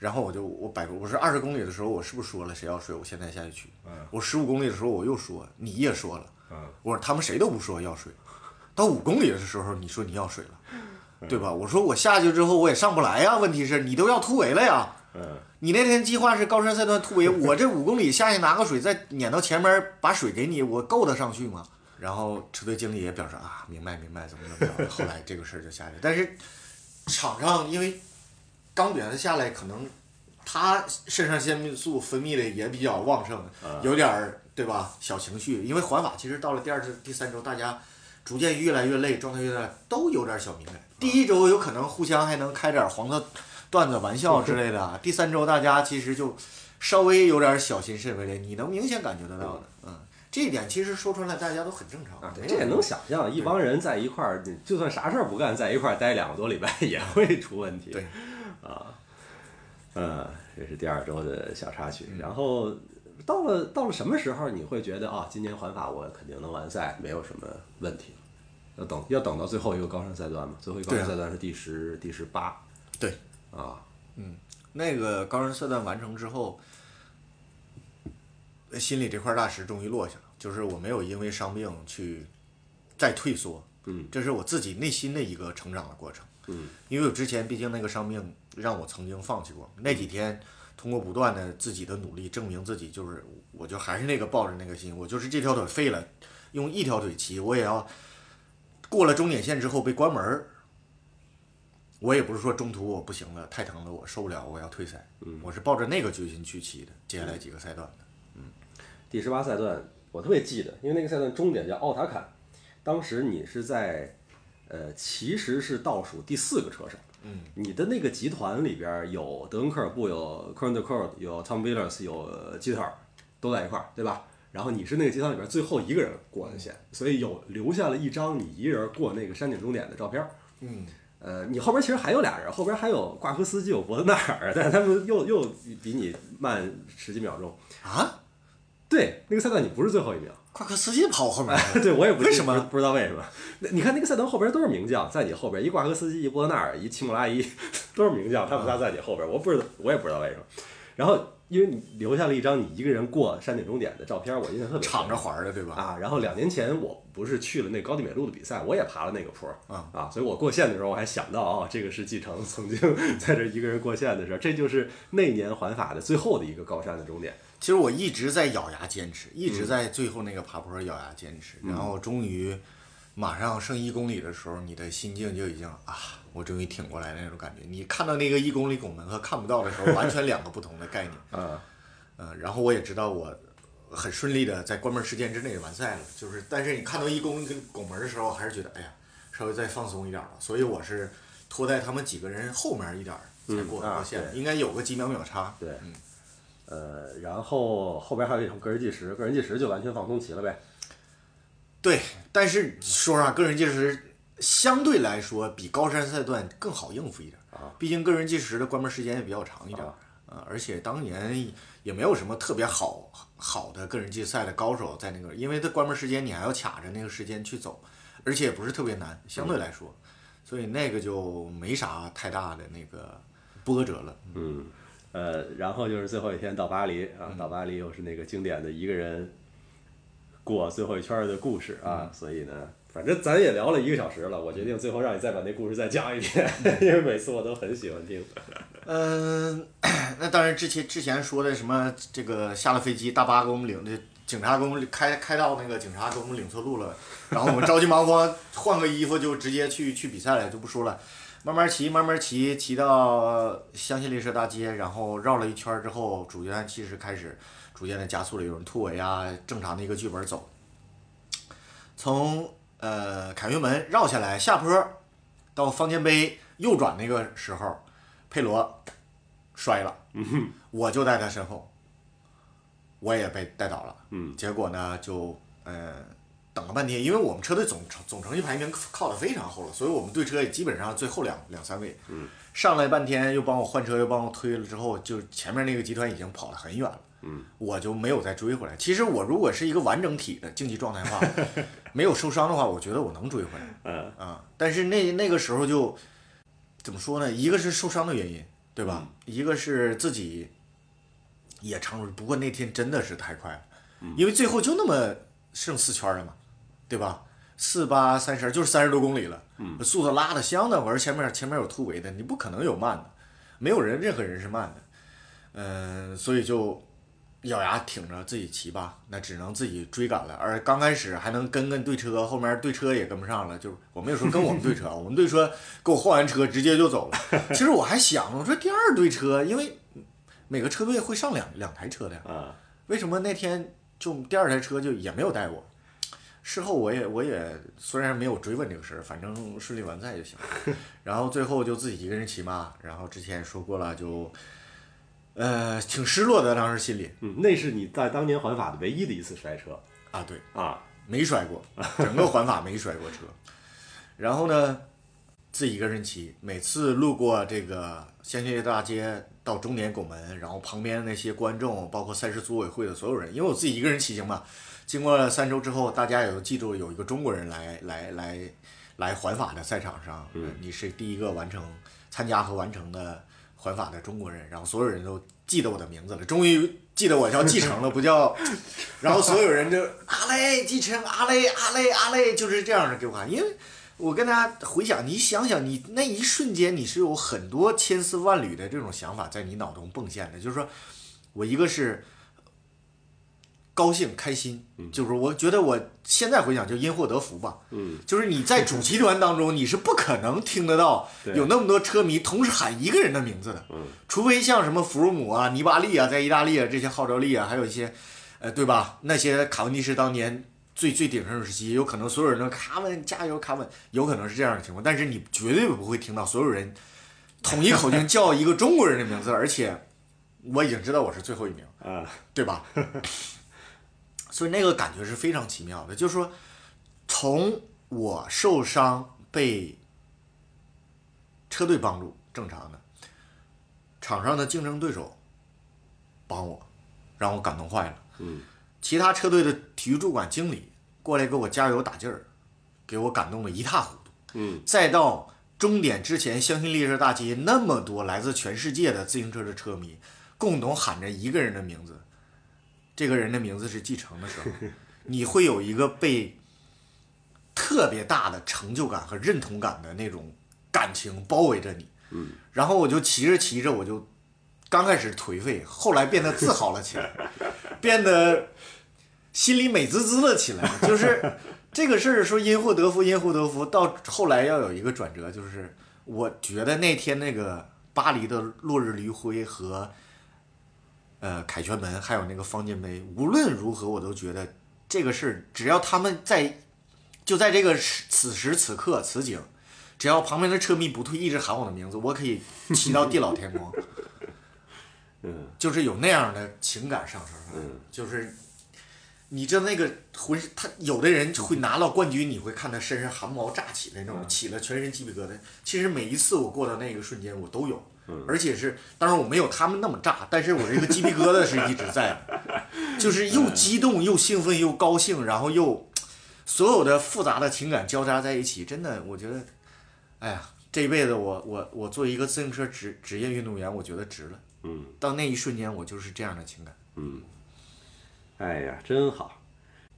S2: 然后我就我摆我说二十公里的时候我是不是说了谁要水，我现在下去取。我十五公里的时候我又说你也说了，我说他们谁都不说要水，到五公里的时候你说你要水了，对吧？我说我下去之后我也上不来呀，问题是你都要突围了呀。
S3: 嗯，
S2: 你那天计划是高山赛段突围，我这五公里下去拿个水，再撵到前面把水给你，我够得上去吗？然后车队经理也表示啊，明白明白，怎么怎么样。后来这个事儿就下去了，但是场上因为刚表扬下来，可能他肾上腺素分泌的也比较旺盛，
S3: 嗯
S2: 有点儿对吧？小情绪，因为环法其实到了第二次、第三周，大家逐渐越来越累，状态越来越都有点小敏感。第一周有可能互相还能开点黄色段子、玩笑之类的啊，第三周大家其实就稍微有点小心慎微了，你能明显感觉得到的，嗯，这一点其实说出来大家都很正常，
S3: 啊，
S2: 没有
S3: 这也
S2: 什么
S3: 能想象，一帮人在一块儿，就算啥事儿不干，在一块儿待两个多礼拜也会出问题。
S2: 对，
S3: 啊，嗯，这是第二周的小插曲。然后到了到了什么时候，你会觉得啊，今年环法我肯定能完赛，没有什么问题。要等要等到最后一个高山赛段嘛，最后一个高山赛段是第十、第十八
S2: 对。
S3: 啊，
S2: 嗯那个高人赛段完成之后，心里这块大石终于落下了，就是我没有因为伤病去再退缩，
S3: 嗯，
S2: 这是我自己内心的一个成长的过程，
S3: 嗯，
S2: 因为我之前毕竟那个伤病让我曾经放弃过，那
S3: 嗯
S2: 几天通过不断的自己的努力证明自己，就是我就还是那个抱着那个心，我就是这条腿废了，用一条腿骑我也要过了终点线之后被关门儿我也不是说中途我不行了，太疼了，我受不了，我要退赛。我是抱着那个决心去骑的，接下来几个赛段的。
S3: 第十八赛段我特别记得，因为那个赛段终点叫奥塔坎，当时你是在，呃，其实是倒数第四个车手。
S2: 嗯，
S3: 你的那个集团里边有德文科尔布，有 c o r n d e c o r d 有 Tom Willers，有呃基特尔，都在一块儿，对吧？然后你是那个集团里边最后一个人过的线，所以有留下了一张你一个人过那个山顶终点的照片。
S2: 嗯，
S3: 呃，你后边其实还有俩人，后边还有挂科斯基，有伯纳尔，但他们又又比你慢十几秒钟。
S2: 啊，
S3: 对，那个赛段你不是最后一名，
S2: 夸克斯基跑我后面来 了，
S3: 对我也不
S2: 为什么
S3: 不不知道为什么。那你看那个赛段后边都是名将，在你后边，一挂科斯基、一波纳尔、一 齐姆拉伊都是名将，他们仨在你后边，我不知道，我也不知道为什么。然后因为你留下了一张你一个人过山顶终点的照片，我印象特别深
S2: 敞着环儿的，对吧？
S3: 啊。然后两年前我不是去了那高地美路的比赛，我也爬了那个坡儿
S2: 啊
S3: 所以我过线的时候我还想到哦，这个是继承曾经 在这一个人过线的事儿，这就是那年环法的最后的一个高山的终点。
S2: 其实我一直在咬牙坚
S3: 嗯
S2: 持，一直在最后那个爬坡咬牙坚持，然后终于马上剩一公里的时候，你的心境就已经啊，我终于挺过来那种感觉。你看到那个一公里拱门和看不到的时候，完全两个不同的概 念。
S3: 啊，
S2: 嗯，然后我也知道我很顺利的在关门时间之内完赛了，就是但是你看到一公跟拱门的时候，我还是觉得哎呀，稍微再放松一点吧，所以我是拖在他们几个人后面一点儿才过、
S3: 啊
S2: 过线的，
S3: 对
S2: 应该有个几秒秒差。
S3: 对，呃，然后后边还有一种个人计时，个人计时就完全放松齐了呗。
S2: 对，但是说实话，个人计时相对来说比高山赛段更好应付一点儿
S3: 啊，
S2: 毕竟个人计时的关门时间也比较长一点儿
S3: 啊。
S2: 啊，而且当年也没有什么特别好好的个人计赛的高手在那个，因为它关门时间你还要卡着那个时间去走，而且也不是特别难，相对来说，所以那个就没啥太大的那个波折了。
S3: 嗯，呃，然后就是最后一天到巴黎啊，到巴黎又是那个经典的一个人过最后一圈的故事啊，所以呢，反正咱也 聊了一个小时了，我决定最后让你再把那故事再讲一遍，因为每次我都很喜欢听。
S2: 嗯、那当然之前之前说的什么这个下了飞机，大巴给我们领的警察给我们开开到那个警察给我们领错路了，然后我们着急忙慌换个衣服就直接去去比赛了，就不说了。慢慢骑，慢慢骑，骑到香榭丽舍大街，然后绕了一圈儿之后，主角其实开始逐渐的加速了，有人突围啊，正常的一个剧本走。从呃凯旋门绕下来下坡，到方尖碑右转那个时候，佩罗摔了，我就在他身后，我也被带倒了。
S3: 嗯，
S2: 结果呢就呃等了半天，因为我们车队总成总成绩排名靠的非常后了，所以我们队车也基本上最后两两三位。嗯，上来半天又帮我换车，又帮我推了之后，就前面那个集团已经跑了很远了。嗯，我就没有再追回来。其实我如果是一个完整体的竞技状态的话，没有受伤的话，我觉得我能追回来。
S3: 嗯
S2: 啊，但是那那个时候就怎么说呢？一个是受伤的原因，对吧？一个是自己也尝试，不过那天真的是太快了，因为最后就那么剩四圈了嘛，对吧？四八三十就是三十多公里了，速度拉的相当快，而前面前面有突围的，你不可能有慢的，没有人任何人是慢的，嗯、所以就咬牙挺着自己骑吧，那只能自己追赶了。而刚开始还能跟跟对车，后面对车也跟不上了。就是我没有说跟我们对车，啊我们对车给我换完车直接就走了。其实我还想，我说第二队车，因为每个车队会上两两台车的呀，
S3: 啊，
S2: 为什么那天就第二台车就也没有带我？事后我也我也虽然没有追问这个事儿，反正顺利完赛就行了。 然后最后就自己一个人骑嘛，然后之前也说过了，就呃挺失落的，当时心里
S3: 嗯，那是你在当年环法的唯一的一次摔车
S2: 啊，对。
S3: 啊，
S2: 没摔过，整个环法没摔过车。然后呢，自己一个人骑，每次路过这个香榭丽大街到终点拱门，然后旁边那些观众，包括赛事组委会的所有人，因为我自己一个人骑行嘛，经过了三周之后，大家也都记住有一个中国人来来来来环法的赛场上，呃你是第一个完成参加和完成的环法的中国人，然后所有人都记得我的名字了，终于记得我叫继承了，不叫，然后所有人就阿雷继承阿雷阿雷阿雷，就是这样的给我喊，因为我跟大家回想，你想想，你那一瞬间你是有很多千丝万缕的这种想法在你脑中迸现的，就是说我一个是高兴开心，就是我觉得我现在回想就因祸得福吧，
S3: 嗯，
S2: 就是你在主集团当中，你是不可能听得到
S3: 对嗯
S2: 有那么多车迷同时喊一个人的名字的，除非像什么弗鲁姆啊、尼巴利啊，在意大利啊这些号召力啊，还有一些，呃，对吧？那些卡文迪什当年最最鼎盛时期，有可能所有人都卡文加油卡文，有可能是这样的情况，但是你绝对不会听到所有人统一口径叫一个中国人的名字，而且我已经知道我是最后一名。
S3: 啊，
S2: 对吧？ 所以那个感觉是非常奇妙的，就是说，从我受伤被车队帮助正常的，场上的竞争对手帮我，让我感动坏了。
S3: 嗯，
S2: 其他车队的体育主管经理过来给我加油打劲儿，给我感动的一塌糊涂。
S3: 嗯，
S2: 再到终点之前，香榭丽舍大街那么多来自全世界的自行车的车迷，共同喊着一个人的名字，这个人的名字是继承的时候，你会有一个被特别大的成就感和认同感的那种感情包围着你。嗯，然后我就骑着骑着，我就刚开始颓废，后来变得自豪了起来，变得心里美滋滋了起 来。就是这个事儿，说因祸得福，因祸得福，到后来要有一个转折，就是我觉得那天那个巴黎的落日余晖和呃凯旋门，还有那个方尖碑，无论如何我都觉得这个事儿，只要他们在就在这个时此时此刻此景。只要旁边的车迷不退，一直喊我的名字，我可以骑到地老天荒。
S3: 嗯
S2: 就是有那样的情感上升，
S3: 嗯
S2: 就是你知道那个浑身，他有的人会拿到冠军，你会看他身上汗毛炸起的那种，起了全身鸡皮疙瘩。其实每一次我过到那个瞬间，我都有，而且是当然我没有他们那么炸，但是我这个鸡皮疙瘩是一直在的，就是又激动又兴奋又高兴，然后又所有的复杂的情感交叉在一起，真的，我觉得，哎呀，这一辈子我我我做一个自行车职职业运动员，我觉得值了。
S3: 嗯。
S2: 到那一瞬间，我就是这样的情感。
S3: 哎呀，真好！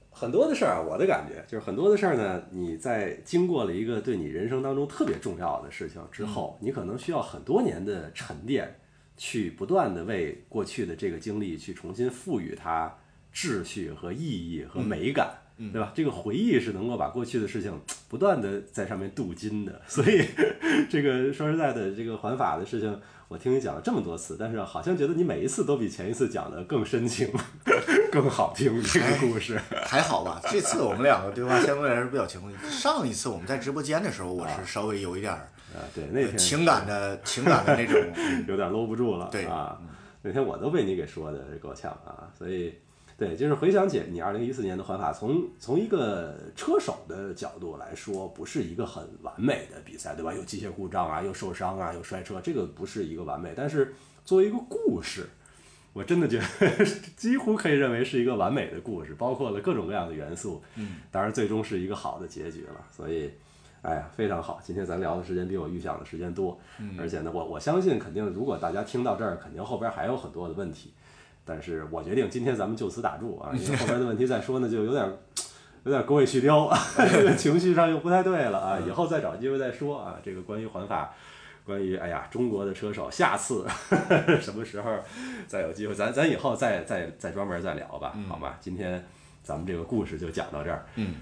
S3: 很多的事儿啊，我的感觉就是很多的事儿呢，你在经过了一个对你人生当中特别重要的事情之后，你可能需要很多年的沉淀，去不断的为过去的这个经历去重新赋予它秩序和意义和美感，对吧？这个回忆是能够把过去的事情不断的在上面镀金的，所以 这个说实在的，这个环法的事情，我听你讲了这么多次，但是好像觉得你每一次都比前一次讲的更深情，更好听这个故 事。
S2: 还好吧，这次我们两个对话相对来说比较轻松。上一次我们在直播间的时候，我是稍微有一点儿呃
S3: 啊，对，那天
S2: 情感的情感的那种， 嗯
S3: 有点搂不住了，
S2: 对
S3: 啊，那天我都被你给说的够呛啊，所以对，就是回想起你二零一四年的环法，从从一个车手的角度来说，不是一个很完美的比赛，对吧？有机械故障啊，又受伤啊，又摔车，这个不是一个完美，但是作为一个故事。我真的觉得几乎可以认为是一个完美的故事，包括了各种各样的元素，嗯，当然最终是一个好的结局了。所以，哎呀，非常好！今天咱聊的时间比我预想的时间多，而且呢，我我相信肯定，如果大家听到这儿，肯定后边还有很多的问题。但是我决定今天咱们就此打住啊，因为后边的问题再说呢，就有点儿有点儿狗尾续貂，这个情绪上又不太对了啊。以后再找机会再说啊。这个关于环法，关于哎呀中国的车手，下次 什么时候再有机会，咱咱以后再再再专门再聊吧，好吧？今天咱们这个故事就讲到这儿。
S2: 嗯，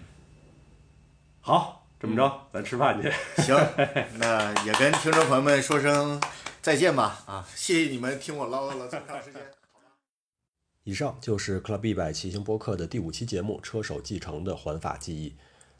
S3: 好，这么着，咱吃饭去。
S2: 行，那也跟听众朋友们说声再见吧啊！谢谢你们听我唠唠了这么长时间。
S1: 以上就是 Club 一百骑行播客的第五期节目《车手继承的环法记忆》。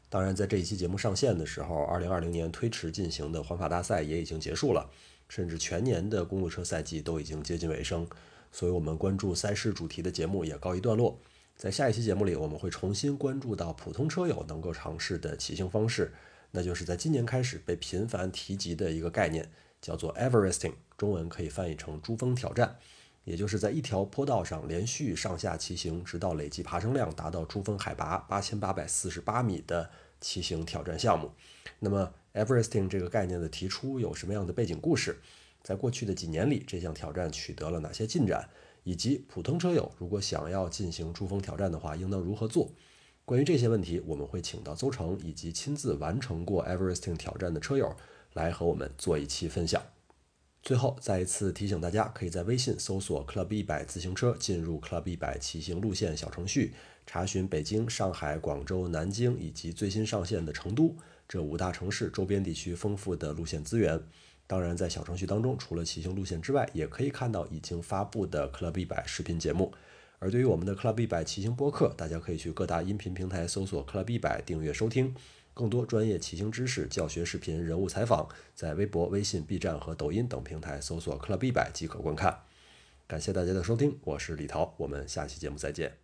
S1: 当然，在这一期节目上线的时候，二零二零年推迟进行的环法大赛也已经结束了，甚至全年的公路车赛季都已经接近尾声，所以我们关注赛事主题的节目也告一段落。在下一期节目里，我们会重新关注到普通车友能够尝试的骑行方式，那就是在今年开始被频繁提及的一个概念，叫做 Everesting，中文可以翻译成珠峰挑战。也就是在一条坡道上连续上下骑行，直到累计爬升量达到珠峰海拔八千八百四十八米的骑行挑战项目。那么，Everesting 这个概念的提出有什么样的背景故事？在过去的几年里，这项挑战取得了哪些进展？以及普通车友如果想要进行珠峰挑战的话，应当如何做？关于这些问题，我们会请到邹成以及亲自完成过 Everesting 挑战的车友来和我们做一期分享。最后，再一次提醒大家，可以在微信搜索 “Club 一百自行车”，进入 “Club 一百骑行路线”小程序，查询北京、上海、广州、南京以及最新上线的成都这五大城市周边地区丰富的路线资源。当然，在小程序当中，除了骑行路线之外，也可以看到已经发布的 “Club 一百”视频节目。而对于我们的 Club 一百骑行播客，大家可以去各大音频平台搜索 Club 一百订阅收听。更多专业骑行知识、教学视频、人物采访，在微博、微信、B 站和抖音等平台搜索 “Club 一百”即可观看。感谢大家的收听，我是李桃，我们下期节目再见。